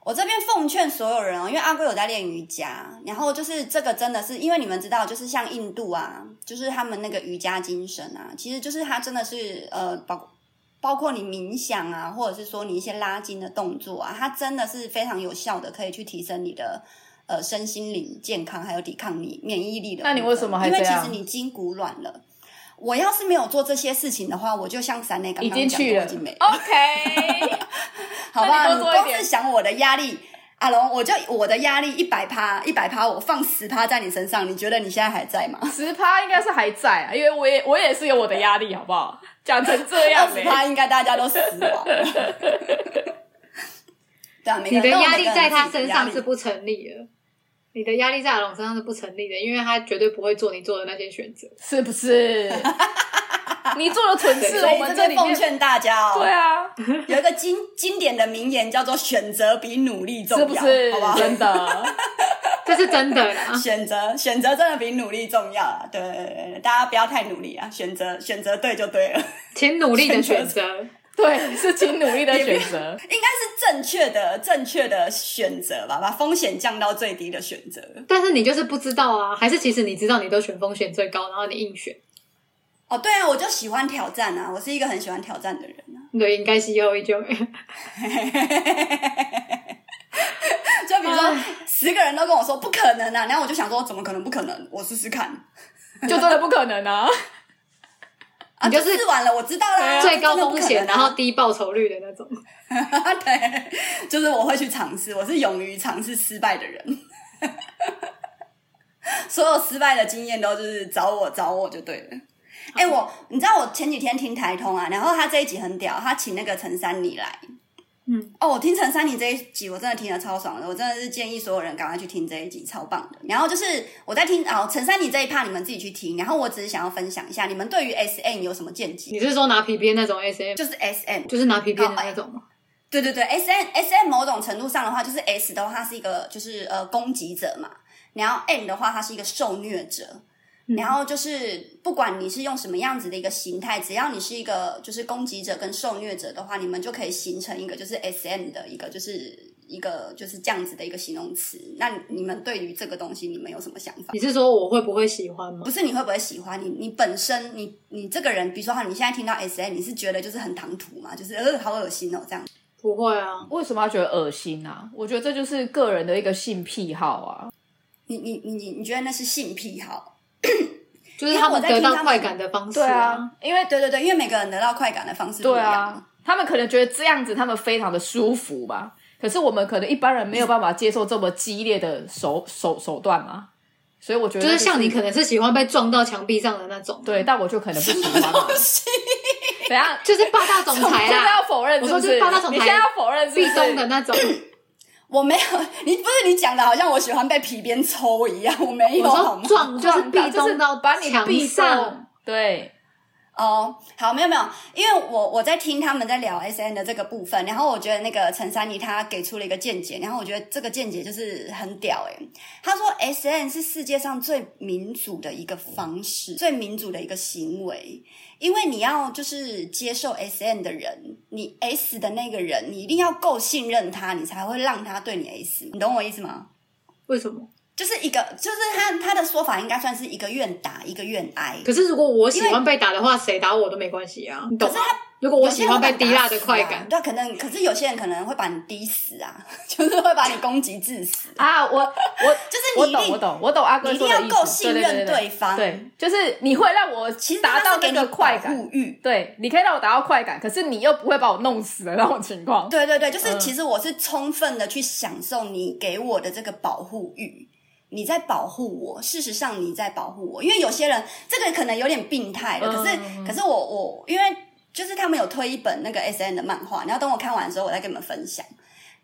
S2: 我这边奉劝所有人哦，因为阿圭有在练瑜伽，然后就是这个真的是，因为你们知道，就是像印度啊，就是他们那个瑜伽精神啊，其实就是它真的是呃包包括你冥想啊，或者是说你一些拉筋的动作啊，它真的是非常有效的，可以去提升你的呃身心灵健康，还有抵抗你免疫力的部
S1: 那
S2: 分。
S1: 你为什么还
S2: 因为
S1: 这
S2: 其
S1: 样
S2: 实你筋骨软了。我要是没有做这些事情的话，我就像三内刚
S1: 已
S2: 刚
S1: 经
S2: 讲
S1: 去
S2: 过
S1: 了
S2: 已经没了
S1: ，OK，
S2: [LAUGHS] 好不好？
S1: 那你
S2: 你
S1: 多做一
S2: 光
S1: 点
S2: 是想我的压力，阿龙，我就我的压力一百趴，一百趴，我放十趴在你身上，你觉得你现在还在吗？
S1: 十趴应该是还在啊，因为我也我也是有我的压力，好不好？讲成这
S2: 二
S1: 样欸
S2: 十
S1: 嘞、
S2: 趴应该大家都死
S1: [LAUGHS]
S2: 亡了。对啊，每个
S3: 你
S2: 人
S3: 的
S2: 都有
S3: 压
S2: 每
S3: 力
S2: 个人
S3: 在他
S2: 自己
S3: 身
S2: 的压
S3: 上
S2: 力
S3: 是不成立的，你的压力在阿龙身上是不成立的，因为他绝对不会做你做的那些选择。
S1: 是不
S2: [LAUGHS]
S1: 是？你做了蠢事，
S2: 所
S1: 我
S2: 以我
S1: 们
S2: 们
S1: 这
S2: 这
S1: 里
S2: 边奉
S1: 面
S2: 劝大家
S1: [LAUGHS]
S2: 哦，
S1: 对啊，
S2: 有一个经经典的名言叫做“选择比努力重
S1: 是
S2: 要”，
S1: 不是
S2: 好不？好？，
S1: 真的， [LAUGHS]
S3: 这是真的啦
S2: 选择选择真的比努力重要啊！对对对对，大家不要太努力啊，选择选择对就对了。
S3: 请努力的选择。
S1: 对，是请努力的选
S2: [LAUGHS]
S1: 择。
S2: 应该是正确的、正确的选择吧，把风险降到最低的选择。
S3: 但是你就是不知道啊，还是其实你知道你都选风险最高，然后你硬选，
S2: 哦，对啊，我就喜欢挑战啊，我是一个很喜欢挑战的人啊， [LAUGHS]
S3: 对，应该是要一就。
S2: 就比如说十个人都跟我说不可能啊，然后我就想说怎么可能不可能，我试试看。
S1: 就真的不可能啊！
S2: 啊，
S3: 你就是
S2: 试完了，我知道啦，
S3: 最
S2: 这
S3: 高
S2: 真的不
S3: 风
S2: 可
S3: 险，
S2: 能
S3: 然后
S2: 啊
S3: 低报酬率的那种。
S2: 对，就是我会去尝试，我是勇于尝试失败的人。 [LAUGHS] 所有失败的经验都就是找我找我就对了。哎、我你知道我前几天听台通啊，然后他这一集很屌，他请那个陈珊妮来。
S3: 嗯，
S2: 哦，我听陈珊妮这一集，我真的听得超爽的，我真的是建议所有人赶快去听这一集，超棒的。然后就是我在听哦，陈珊妮这一趴你们自己去听，然后我只是想要分享一下，你们对于 S N 有什么见解？
S3: 你是说拿皮鞭那种 S M，
S2: 就是 S N，
S3: 就是拿皮鞭的那种吗？
S2: 对对对，S N S N 某种程度上的话，就是 S 的话，它是一个就是呃攻击者嘛，然后 N 的话，它是一个受虐者。然后就是，不管你是用什么样子的一个形态，只要你是一个就是攻击者跟受虐者的话，你们就可以形成一个就是 S M 的一个就是一个就是这样子的一个形容词。那你们对于这个东西，你们有什么想法？
S3: 你是说我会不会喜欢吗
S2: 不？是你会不会喜欢你？你本身你你这个人，比如说哈，你现在听到 S N，你是觉得就是很唐突嘛，就是呃好恶心哦这样。
S3: 不会啊，
S1: 为什么要觉得恶心啊？我觉得这就是个人的一个性癖好啊。
S2: 你你你你你觉得那是性癖好？
S3: 就是他们
S2: 因为我在
S3: 得
S2: 听他们
S3: 到快感的方式、
S1: 对啊，
S2: 因为对对对，因为每个人得到快感的方式不一
S1: 对
S2: 样。
S1: 啊，他们可能觉得这样子他们非常的舒服吧。可是我们可能一般人没有办法接受这么激烈的手手手段嘛，所以我觉得
S3: 就是
S1: 是
S3: 像你可能是喜欢被撞到墙壁上的那种，
S1: 对，但我就可能不喜欢嘛。怎样？
S3: 就是霸道总裁
S1: 现在要 [LAUGHS]
S3: 啦，
S1: 否认
S3: 我
S1: 是不？
S3: 说就是是霸道总裁
S1: 你现在要否认是不
S3: 壁
S1: 是？
S3: 咚的那种。
S2: 我没有， [LAUGHS] 你不是你讲的，好像我喜欢被皮鞭抽一样，我没有
S3: 我
S2: 好
S3: 说
S2: 吗？
S3: 撞就是壁
S1: 撞到就是
S3: 咚到
S1: 把你
S3: 墙
S1: 壁
S3: 上，
S1: 咚。对，
S2: 哦，好，没有没有，因为我我在听他们在聊 S N 的这个部分，然后我觉得那个陈珊妮她给出了一个见解，然后我觉得这个见解就是很屌诶、她说 S N 是世界上最民主的一个方式，最民主的一个行为，因为你要就是接受 S N 的人，你 S 的那个人，你一定要够信任他，你才会让他对你 S，你懂我意思吗？
S3: 为什么？
S2: 就是一个，就是他他的说法应该算是一个愿打一个愿挨，
S3: 可是如果我喜欢被打的话，谁打我都没关系啊，你懂吗？如果我喜欢被滴蜡的快感，
S2: 对，啊可能可是有些人可能会把你滴死啊， [LAUGHS] 就是会把你攻击致死，
S1: 啊，我我
S2: 就是
S1: 我
S2: 你一
S1: 懂
S2: 定
S1: 我懂我懂阿
S2: 你
S1: 哥
S2: 一定
S1: 说
S2: 要
S1: 的意思，
S2: 够信
S1: 对
S2: 任
S1: 对对
S2: 方，
S1: 对，就是你会让我
S2: 其实
S1: 达
S2: 他
S1: 到
S2: 是给
S1: 那
S2: 你
S1: 个快
S2: 保
S1: 感，
S2: 护欲。
S1: 对你可以让我达到快感，可是你又不会把我弄死的那种情况。
S2: 对对对，就是
S1: 嗯
S2: 其实我是充分的去享受你给我的这个保护欲，你在保护我。事实上你在保护我，因为有些人这个可能有点病态了，可是
S1: 嗯
S2: 可是我我因为就是他们有推一本那个 S N 的漫画，然后等我看完之后，我再跟你们分享。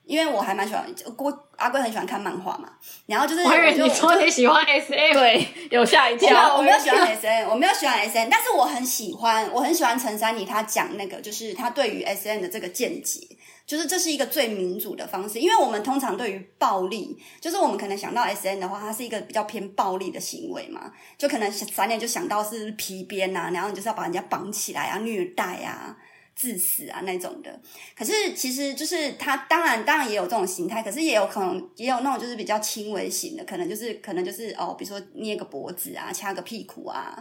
S2: 因为我还蛮喜欢，郭阿贵很喜欢看漫画嘛，然后就是
S3: 我以为
S2: 就
S3: 你说你喜欢 S M，
S1: 对，有吓一
S2: 没有，
S1: 跳。
S2: 啊我没有喜欢 S [LAUGHS] N，我没有喜欢 S N，但是我很喜欢，我很喜欢陈珊妮她讲那个，就是她对于 S N 的这个见解，就是这是一个最民主的方式，因为我们通常对于暴力，就是我们可能想到 S N 的话，它是一个比较偏暴力的行为嘛，就可能闪脸就想到是皮鞭啊，然后你就是要把人家绑起来啊，虐待啊。致死啊那种的，可是其实就是他，当然当然也有这种形态，可是也有可能也有那种就是比较轻微型的，可能就是可能就是哦，比如说捏个脖子啊，掐个屁股啊，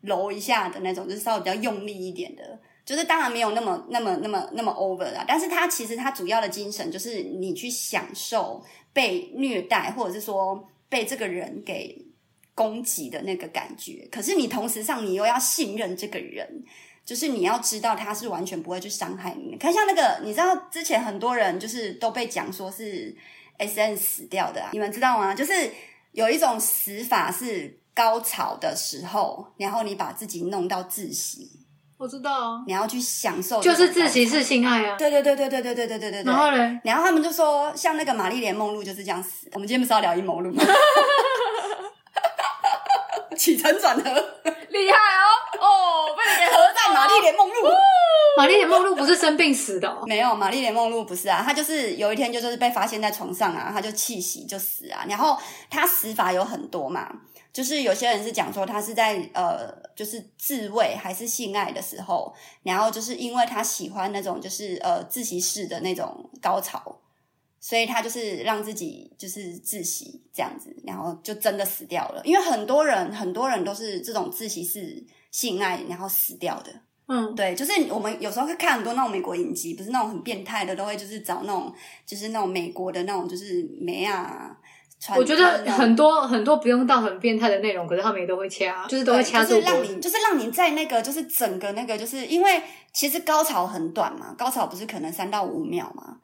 S2: 揉一下的那种，就是稍微比较用力一点的，就是当然没有那么那么那么那么 over 啦，但是它其实它主要的精神就是你去享受被虐待，或者是说被这个人给攻击的那个感觉，可是你同时上你又要信任这个人。就是你要知道他是完全不会去伤害你的。看像那个，你知道之前很多人就是都被讲说是 S N 死掉的、啊，你们知道吗？就是有一种死法是高潮的时候，然后你把自己弄到窒息，
S3: 我知道啊，
S2: 你要去享受，
S3: 就是自习。是性爱啊。
S2: 对对对对对对对对对对对。
S3: 然后嘞，
S2: 然后他们就说，像那个玛丽莲梦露就是这样死的。我们今天不是要聊阴谋论吗？ [LAUGHS] 起承转合，合
S1: 厉害哦哦，被你给合
S2: 在玛丽莲梦露。
S3: 玛丽莲梦露不是生病死的、哦，
S2: 没有，玛丽莲梦露不是啊，她就是有一天就是被发现在床上啊，她就气息就死啊。然后她死法有很多嘛，就是有些人是讲说她是在呃，就是自慰还是性爱的时候，然后就是因为她喜欢那种就是呃自习室的那种高潮，所以她就是让自己就是自习这样子，然后就真的死掉了。因为很多人很多人都是这种自习室性爱然后死掉的。
S3: 嗯，
S2: 对，就是我们有时候会看很多那种美国影集，不是那种很变态的，都会就是找那种就是那种美国的那种就是美啊，穿
S3: 我觉
S2: 穿
S3: 得
S2: 那种
S3: 很多很多不用到很变态的内容，可是他们也都会掐，就是都会
S2: 对
S3: 掐
S2: 就是
S3: 住
S2: 让
S3: 脖子。
S2: 你，就是让你在那个，就是整个那个，就是因为其实高潮很短嘛，高潮不是可能三到五秒嘛，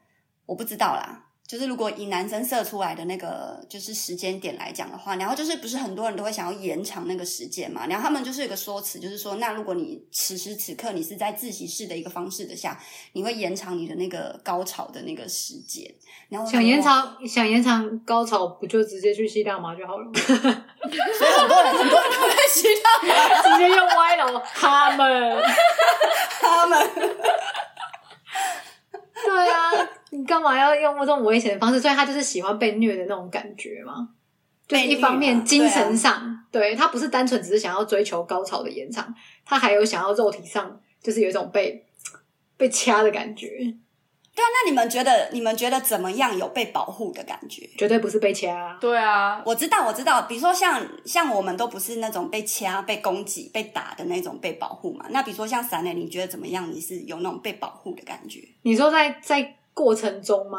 S2: 我不知道啦。就是如果以男生射出来的那个就是时间点来讲的话，然后就是不是很多人都会想要延长那个时间嘛？然后他们就是有个说辞，就是说，那如果你此时此刻你是在自习室的一个方式的下，你会延长你的那个高潮的那个时间。然后我
S3: 想
S2: 想
S3: 延
S2: 哇
S3: 长想延长高潮，不就直接去吸大麻就好了吗？
S2: 所以很多人很多人都会知道
S3: 直接用歪楼，他们，
S2: 他们。
S3: 对啊，你干嘛要用这种危险的方式？所以他就是喜欢被虐的那种感觉嘛。就是
S2: 被虐
S3: 一方
S2: 嘛
S3: 面精
S2: 对啊
S3: 神上，对,、他不是单纯只是想要追求高潮的延长，他还有想要肉体上，就是有一种被被掐的感觉。
S2: 但啊那你们觉得，你们觉得怎么样有被保护的感觉？
S3: 绝对不是被掐。
S1: 对啊，
S2: 我知道，我知道，比如说像像我们都不是那种被掐、被攻击、被打的那种被保护嘛。那比如说像闪磊，你觉得怎么样？你是有那种被保护的感觉？
S3: 你说在在过程中吗？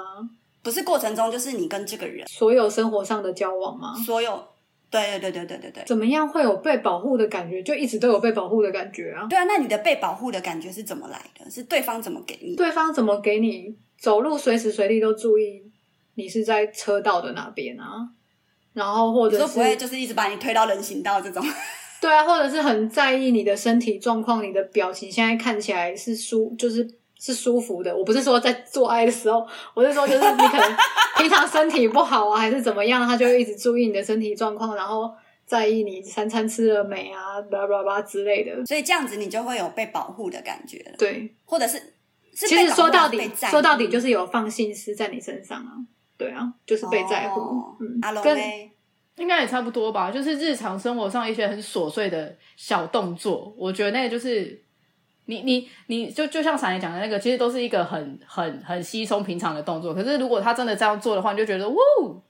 S2: 不是过程中，就是你跟这个人
S3: 所有生活上的交往吗？
S2: 所有，对对对对对对对，
S3: 怎么样会有被保护的感觉？就一直都有被保护的感觉啊。
S2: 对啊。那你的被保护的感觉是怎么来的？是对方怎么给你？
S3: 对方怎么给你走路随时随地都注意你是在车道的哪边啊？然后或
S2: 你
S3: 者
S2: 说
S3: 是
S2: 不会就是一直把你推到人行道这种？
S3: 对啊，或者是很在意你的身体状况，你的表情现在看起来是舒，就是是舒服的。我不是说在做爱的时候，我是说就是你可能平常身体不好啊，还是怎么样，他就会一直注意你的身体状况，然后在意你三餐吃了没啊，巴拉巴拉之类的。
S2: 所以这样子你就会有被保护的感觉了，
S3: 对，
S2: 或者是。是
S3: 其
S2: 被
S3: 实
S2: 保护
S3: 说到
S2: 还是
S3: 底
S2: 被在，意
S3: 说到底就是有放心思在你身上啊。对啊，就是被在乎。
S2: 哦
S3: 嗯，
S2: 阿龙
S3: 跟
S2: 嘞，
S1: 应该也差不多吧，就是日常生活上一些很琐碎的小动作，我觉得那个就是你你你就就像闪爷讲的那个，其实都是一个很很很稀松平常的动作。可是如果他真的这样做的话，你就觉得哇，哦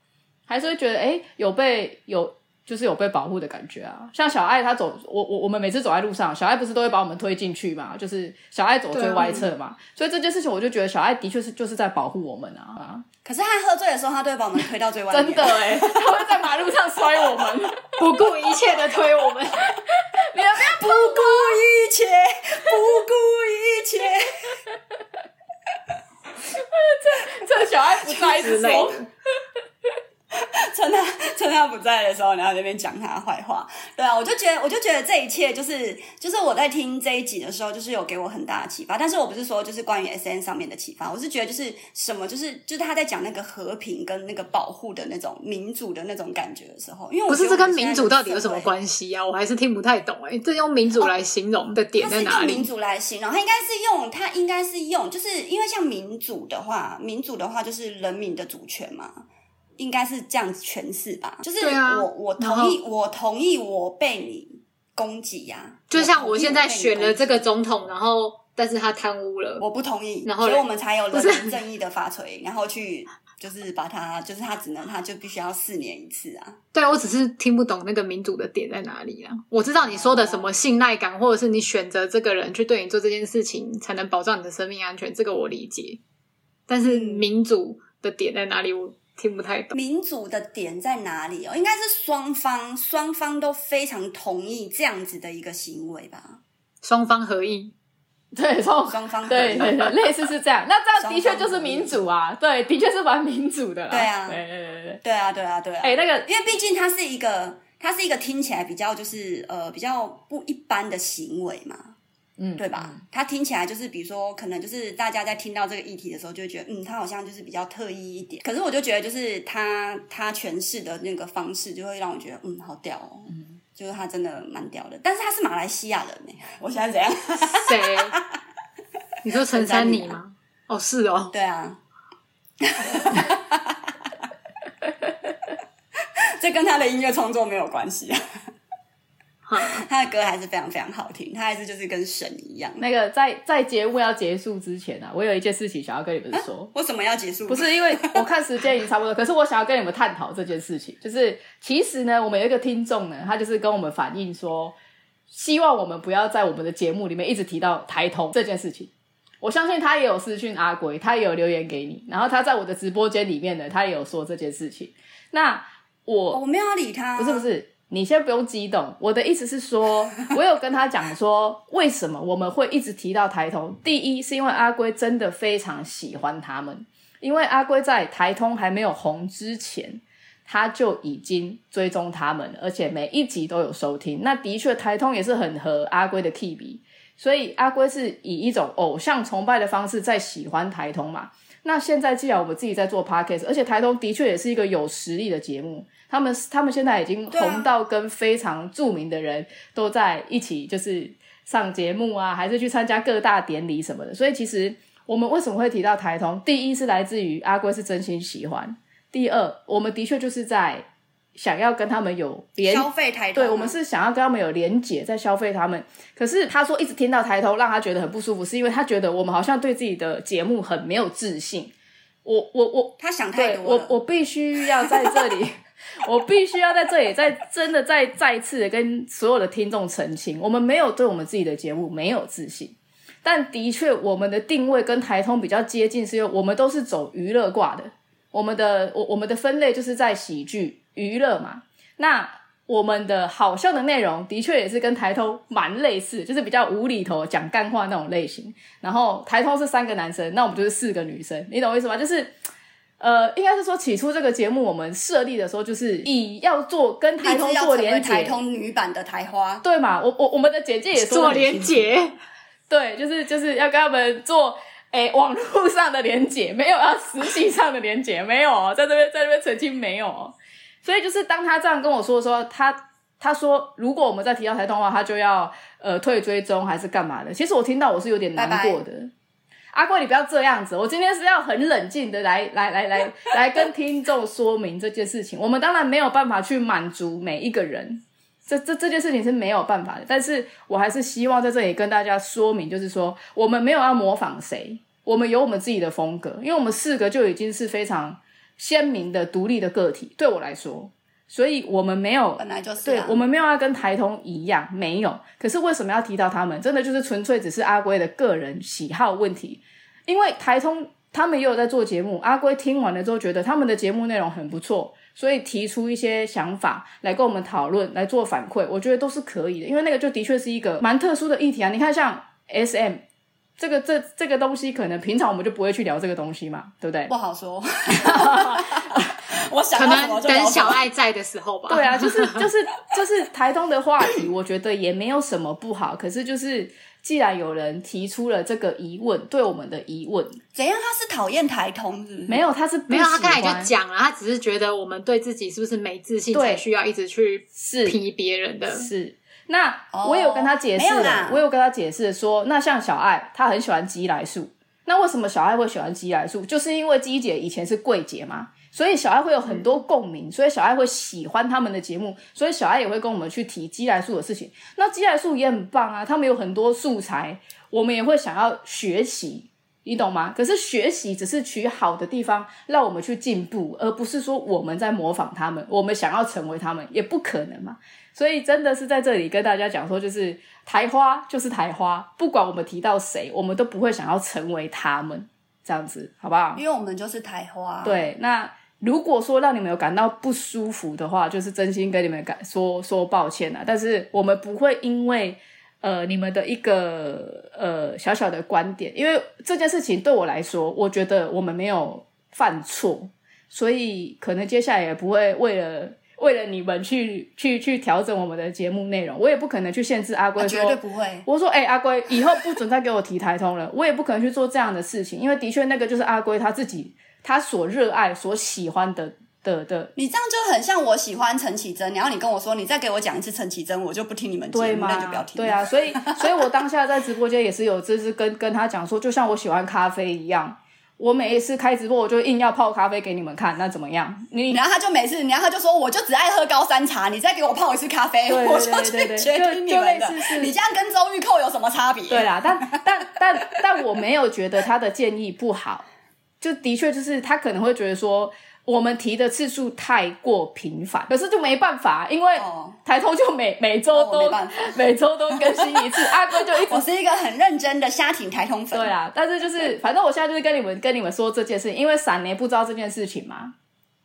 S1: 还是会觉得哎、诶有被有就是有被保护的感觉啊。像小爱她走，我我我们每次走在路上，小爱不是都会把我们推进去嘛，就是小爱走最歪侧嘛，所以这件事情我就觉得小爱的确是就是在保护我们啊啊，
S2: 可是他喝醉的时候，他都会把我们推到最外面。
S1: 真的哎、欸， [LAUGHS] 他会在马路上摔我们。 [LAUGHS]
S3: 不顾一切的推我们。
S1: 你要不要
S2: 不顾一切，不顾一切。
S1: [LAUGHS] 这小
S2: [LAUGHS]
S1: 爱不在一直
S3: 之类
S1: 说
S3: 的，
S2: 趁他趁他不在的时候，然后在那边讲他坏话。对啊，我就觉得，我就觉得这一切就是就是我在听这一集的时候，就是有给我很大的启发。但是我不是说就是关于 S N 上面的启发，我是觉得就是什么，就是就是他在讲那个和平跟那个保护的那种民主的那种感觉的时候，因为我
S3: 不是
S2: 觉得
S3: 这
S2: 我
S3: 跟
S2: 们
S3: 民
S2: 现在
S3: 主
S2: 的
S3: 到底有
S2: 社 [LAUGHS]
S3: 什么
S2: 会哦
S3: 关系啊？我还是听不太懂哎、这用民主来形容的点
S2: 它
S3: 在
S2: 是
S3: 哪
S2: 用民
S3: 里？
S2: 主来形容，它应该是用，它应该是用，就是因为像民主的话，民主的话就是人民的主权嘛，应该是这样子诠释吧。就是我、
S3: 对啊
S2: 我
S3: 然
S2: 同意，我同意我被你攻击呀、
S3: 就像我
S2: 同意
S3: 现在
S2: 被你
S3: 选了
S2: 攻击
S3: 这个总统，然后但是他贪污了，
S2: 我不同意，
S3: 然后
S2: 所以
S3: 嘞
S2: 我们才有
S3: 不是
S2: 人民正义的法锤，然后去就是把它，就是他只能他就必须要四年一次啊。
S3: 对我只是听不懂那个民主的点在哪里啊。我知道你说的什
S2: 哦
S3: 么信赖感，或者是你选择这个人去对你做这件事情，才能保障你的生命安全，这个我理解。但
S2: 嗯
S3: 是民主的点在哪里，我听不太懂。
S2: 民主的点在哪里哦？应该是双方双方都非常同意这样子的一个行为吧。
S3: 双方合意，
S1: 对，从
S2: 双方合
S1: 对
S2: 意
S1: 对对，类似是这样。那这样的确
S2: 双方合意
S1: 就是民主啊，对，的确是蛮民主的啦。
S2: 对啊
S1: 对对对对。
S2: 对啊，对啊，对啊。
S1: 哎、那个
S2: 因为毕竟它是一个，它是一个听起来比较就是呃比较不一般的行为嘛，
S1: 嗯，
S2: 对吧？它听起来就是比如说，可能就是大家在听到这个议题的时候，就会觉得嗯，它好像就是比较特意一点。可是我就觉得，就是它它诠释的那个方式，就会让我觉得嗯，好屌哦。就是他真的蛮屌的，但是他是马来西亚人欸呢、
S1: [LAUGHS]
S2: 我现在怎样？
S3: 谁？你说陈珊
S1: 啊
S3: 妮吗？哦，是哦，
S1: [LAUGHS]
S2: 对啊， [LAUGHS] 这跟他的音乐创作没有关系啊。 [LAUGHS] 他的歌还是非常非常好听，他还是就是跟神一样。
S1: 那个在在节目要结束之前啊，我有一件事情想要跟你们说。
S2: 为什么要结束？
S1: 不是因为我看时间已经差不多，可 [LAUGHS] 是我想要跟你们探讨这件事情，就是其实呢，我们有一个听众呢，他就是跟我们反映说，希望我们不要在我们的节目里面一直提到台通这件事情。我相信他也有私讯阿龟，他也有留言给你，然后他在我的直播间里面呢，他也有说这件事情。那我
S2: 哦，我没有要理他。
S1: 不是不，是，你先不用激动。我的意思是说，我有跟他讲说，为什么我们会一直提到台通。第一是因为阿龟真的非常喜欢他们，因为阿龟在台通还没有红之前。他就已经追踪他们，而且每一集都有收听。那的确，台通也是很合阿龟的 key 比，所以阿龟是以一种偶像崇拜的方式在喜欢台通嘛。那现在既然我们自己在做 podcast，而且台通的确也是一个有实力的节目，他们他们现在已经
S2: 对啊
S1: 红到跟非常著名的人都在一起，就是上节目啊，还是去参加各大典礼什么的。所以其实我们为什么会提到台通？第一是来自于阿龟是真心喜欢，第二我们的确就是在想要跟他们有连
S2: 消费啊抬头吗，
S1: 对，我们是想要跟他们有连结，在消费他们。可是他说一直听到抬头，让他觉得很不舒服，是因为他觉得我们好像对自己的节目很没有自信。我我我，
S2: 他想太
S1: 对
S2: 多
S1: 我
S2: 了。
S1: 我必须要在这
S2: [LAUGHS]
S1: 里，我必须要在这里再真的再再次的跟所有的听众澄清，我们没有对我们自己的节目没有自信。但的确，我们的定位跟台通比较接近，是因为我们都是走娱乐挂的。我们的我我们的分类就是在喜剧娱乐嘛。那我们的好笑的内容的确也是跟台通蛮类似，就是比较无厘头讲干话那种类型。然后台通是三个男生，那我们就是四个女生，你懂我意思吗？就是。呃，应该是说起初这个节目我们设立的时候，就是以要做跟台
S2: 立
S1: 通
S2: 志要
S1: 做
S2: 成为
S1: 连
S2: 台
S1: 结，
S2: 通女版的台花，
S1: 对嘛？我我我们的简介也说得
S3: 做
S1: 很
S3: 连
S1: 清楚
S3: 结，
S1: 对，就是就是要跟他们做诶、网络上的连接，没有要实际上的连接，没有哦，在这边在这边澄清没有哦。所以就是当他这样跟我说的时候，他他说如果我们再提到台通的话，他就要呃退追踪还是干嘛的？其实我听到我是有点难过的。阿贵，你不要这样子！我今天是要很冷静的来来来来来跟听众说明这件事情。我们当然没有办法去满足每一个人，这这这件事情是没有办法的，但是我还是希望在这里跟大家说明，就是说我们没有要模仿谁，我们有我们自己的风格，因为我们四个就已经是非常鲜明的独立的个体，对我来说，所以我们没有
S2: 本来就是、
S1: 对
S2: 啊。
S1: 我们没有要跟台通一样，没有。可是为什么要提到他们？真的就是纯粹只是阿龟的个人喜好问题，因为台通他们也有在做节目，阿龟听完了之后觉得他们的节目内容很不错，所以提出一些想法来跟我们讨论，来做反馈，我觉得都是可以的，因为那个就的确是一个蛮特殊的议题啊。你看像 S M。这个这这个东西，可能平常我们就不会去聊这个东西嘛，对不对？
S2: 不
S1: [LAUGHS]
S2: 好说，我想
S3: 可
S2: 到什
S3: 能
S2: 么就聊
S3: 等
S2: 什
S3: 小
S2: 么。
S3: 爱在的时候吧。
S1: 对
S3: [LAUGHS]
S1: 啊，就是就是就是台东的话题，我觉得也没有什么不好。可是就是，既然有人提出了这个疑问，对我们的疑问，
S2: [LAUGHS] 怎样？他是讨厌台通是不是？
S1: 没有，他是不
S3: 没有，他
S1: 喜
S3: 刚才就
S1: 欢
S3: 讲了，他只是觉得我们对自己是不是没自信，
S1: 对
S3: 才需要一直去
S1: 是
S3: 批别人的。
S1: 是。那
S2: 哦
S1: 我有跟他解释
S2: 没有
S1: 了
S3: 哦
S2: 啦，
S1: 我有跟他解释说，那像小爱，她很喜欢鸡来素。那为什么小爱会喜欢鸡来素？就是因为鸡姐以前是柜姐嘛，所以小爱会有很多共鸣，所以小爱会喜欢他们的节目，所以小爱也会跟我们去提鸡来素的事情。那鸡来素也很棒啊，他们有很多素材，我们也会想要学习。你懂吗？可是学习只是取好的地方，让我们去进步，而不是说我们在模仿他们，我们想要成为他们也不可能嘛。所以真的是在这里跟大家讲说，就是台花就是台花，不管我们提到谁，我们都不会想要成为他们这样子，好不好？
S2: 因为我们就是台花。，啊
S1: 对，那如果说让你们有感到不舒服的话，就是真心跟你们感说说抱歉啦。但是我们不会因为呃你们的一个呃小小的观点，因为这件事情对我来说，我觉得我们没有犯错，所以可能接下来也不会为了。为了你们去去去调整我们的节目内容，我也不可能去限制阿龟
S2: 我
S1: 说
S2: 啊绝对不会。
S1: 我说：“哎、阿龟，以后不准再给我提台通了，我也不可能去做这样的事情，因为的确那个就是阿龟他自己他所热爱、所喜欢的的的，
S2: 你这样就很像我喜欢陈绮贞，然后你跟我说你再给我讲一次陈绮贞，我就不听你们节
S1: 对
S2: 目，那
S1: 吗
S2: 就不要？听。
S1: 对，啊，所以所以我当下在直播间也是有，就是跟跟他讲说，就像我喜欢咖啡一样，我每一次开直播我就硬要泡咖啡给你们看，那怎么样？你
S2: 然后他就每次，然后他就说我就只爱喝高山茶，你再给我泡一次咖啡，
S1: 对对
S2: [LAUGHS] [LAUGHS] 我就
S1: 对对对
S2: 拒绝
S1: 就
S2: 听你
S1: 就类
S2: 们的
S1: 似是。
S2: 你这样跟周玉蔻有什么差别？
S1: 对啦，但但但但我没有觉得他的建议不好，就的确就是他可能会觉得说我们提的次数太过频繁，可是就没办法，啊因为
S2: 哦
S1: 台通就每每周
S2: 那我
S1: 都
S2: 没办法
S1: 每周都更新一次，阿龟就一直
S2: 我是一个很认真的虾挺台通
S1: [LAUGHS]
S2: 粉。
S1: 对啦，但是就是反正我现在就是跟你们跟你们说这件事，因为闪雷不知道这件事情嘛。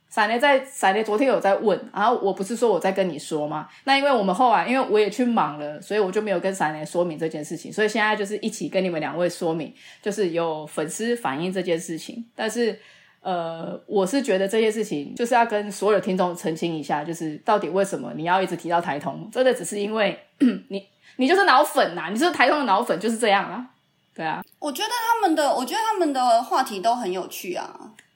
S1: 闪雷在闪雷昨天有在问，然后我不是说我在跟你说吗？那因为我们后来因为我也去忙了，所以我就没有跟闪雷说明这件事情，所以现在就是一起跟你们两位说明，就是有粉丝反映这件事情，但是。呃，我是觉得这件事情就是要跟所有的听众澄清一下，就是到底为什么你要一直提到台通？真的只是因为 [CLEARS THROAT] 你你就是脑粉啊呐、你就是台通的脑粉，就是这样啊，对啊。
S2: 我觉得他们的，我觉得他们的话题都很有趣啊，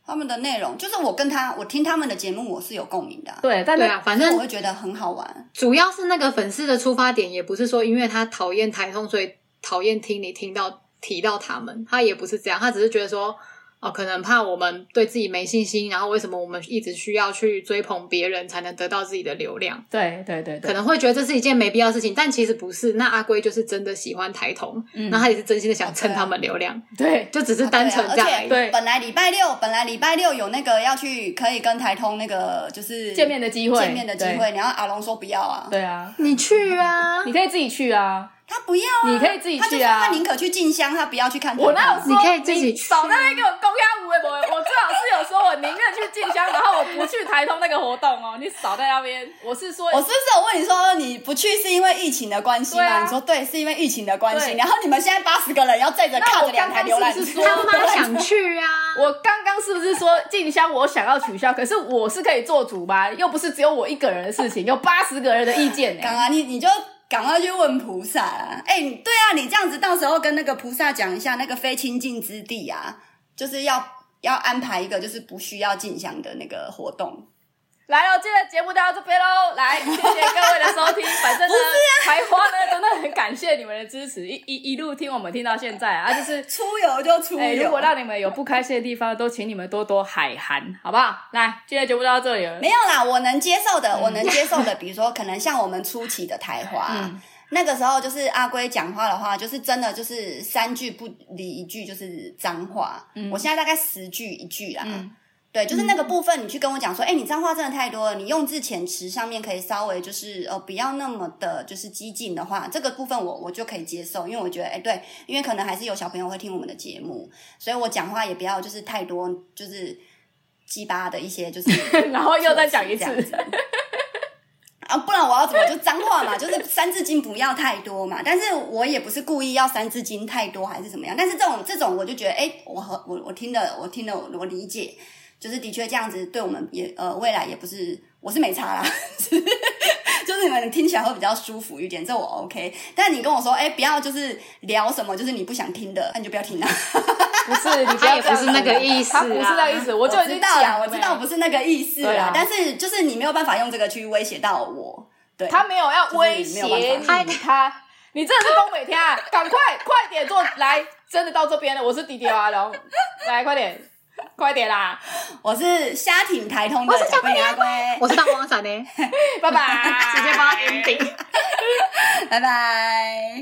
S2: 他们的内容就是我跟他，我听他们的节目，我是有共鸣的啊、
S1: 对，但
S3: 对
S1: 是
S3: 啊，反
S2: 所以我
S3: 正
S2: 会觉得很好玩。
S3: 主要是那个粉丝的出发点，也不是说因为他讨厌台通，所以讨厌听你听到提到他们，他也不是这样，他只是觉得说。哦，可能怕我们对自己没信心，然后为什么我们一直需要去追捧别人才能得到自己的流量？
S1: 对对对
S3: 可
S1: 对，
S3: 能会觉得这是一件没必要的事情，但其实不是。那阿龟就是真的喜欢台童，那他也是真心的想蹭他们流量，
S1: 嗯对啊
S3: 就只是单纯这样而
S1: 对
S3: 已。
S2: 对啊而且本来礼拜六，本来礼拜六有那个要去可以跟台通那个就是
S1: 见面的机会
S2: 见面的机会，然后阿龙说不要啊，
S1: 对啊，
S3: 你去啊！
S1: 你可以自己去啊。
S2: 他不要啊，
S1: 你可以自己去啊
S2: 他就说他宁可去静香，他不要去看台通
S1: 我那有说
S3: 你可以自己去
S1: 少在那边给我公鸭无为博，我最好是有说我宁愿去静香，然后我不去台通那个活动哦。你少在那边，我是说
S2: 我是不是有问你说你不去是因为疫情的关系吗？
S1: 对啊
S2: 你说对，是因为疫情的关系。
S1: 对
S2: 然后你们现在八十个人要载着
S1: 那
S2: 看
S1: 我
S2: 着两台
S1: 刚刚
S2: 浏览
S1: 是
S2: 器
S1: 不是，说
S3: 他妈想去啊！
S1: 我刚刚是不是说静香我想要取消？可是我是可以做主吧？又不是只有我一个人的事情，有八十个人的意见呢、
S2: 赶啊，你你就赶快去问菩萨啦。哎、你对啊，你这样子到时候跟那个菩萨讲一下，那个非清净之地啊，就是要要安排一个就是不需要进香的那个活动。
S1: 来哦了，今天的节目就到这边喽。来，谢谢各位的收听。 [LAUGHS] 反正呢，台花呢真的很感谢你们的支持，一一一路听我们听到现在啊，就是。
S2: 出游就出游，
S1: 哎、如果让你们有不开心的地方，都请你们多多海涵，好不好？来，今天的节目就到这里了。
S2: 没有啦，我能接受
S1: 嗯
S2: 的，我能接受的，比如说可能像我们初期的台啊花。
S1: 嗯
S2: 那个时候就是阿龟讲话的话，就是真的就是三句不离一句就是脏话。我现在大概十句一句啦。
S1: 嗯，
S2: 对，就是那个部分，你去跟我讲说，哎、你脏话真的太多了，你用字遣词上面可以稍微就是呃不要那么的就是激进的话，这个部分我我就可以接受，因为我觉得哎、对，因为可能还是有小朋友会听我们的节目，所以我讲话也不要就是太多就是鸡巴的一些就是
S1: [LAUGHS] 然后又再讲一次
S2: 这样子。啊，不然我要怎么就脏话嘛，就是三字经不要太多嘛。但是我也不是故意要三字经太多还是怎么样，但是这种这种我就觉得，哎、我和我我听的我听的我我理解，就是的确这样子对我们也呃未来也不是我是没差啦，就是你们听起来会比较舒服一点，这我 OK。但你跟我说，哎、不要就是聊什么，就是你不想听的，那你就不要听啦。啊
S1: 不是，你不
S3: 他
S1: 要
S3: 也
S1: 这样
S3: 不是那个意思啊
S1: 他不是那个意思， [LAUGHS] 我就已经
S2: 知道
S1: 讲
S2: 啦，
S1: 了
S2: 我知道不是那个意思
S1: 对
S2: 啦，
S1: 啊
S2: 但是就是你没有办法用这个去威胁到我。对，
S1: 他没有要威
S2: 就是
S1: 胁
S2: 没有
S1: 你，
S2: 办法
S1: 他你真的是东北天啊！赶快快点做来，真的到这边了，我是迪迪阿龙，来快点快点啦，
S2: 我是虾挺台通的
S3: 我是
S2: 小
S3: 小
S2: 笨
S3: 笨
S2: 鸭
S3: 鸭
S2: 龟，
S3: 我是大王伞呢，直 [LAUGHS]
S1: 拜拜， [LAUGHS]
S3: 接帮他点顶。
S2: 拜拜。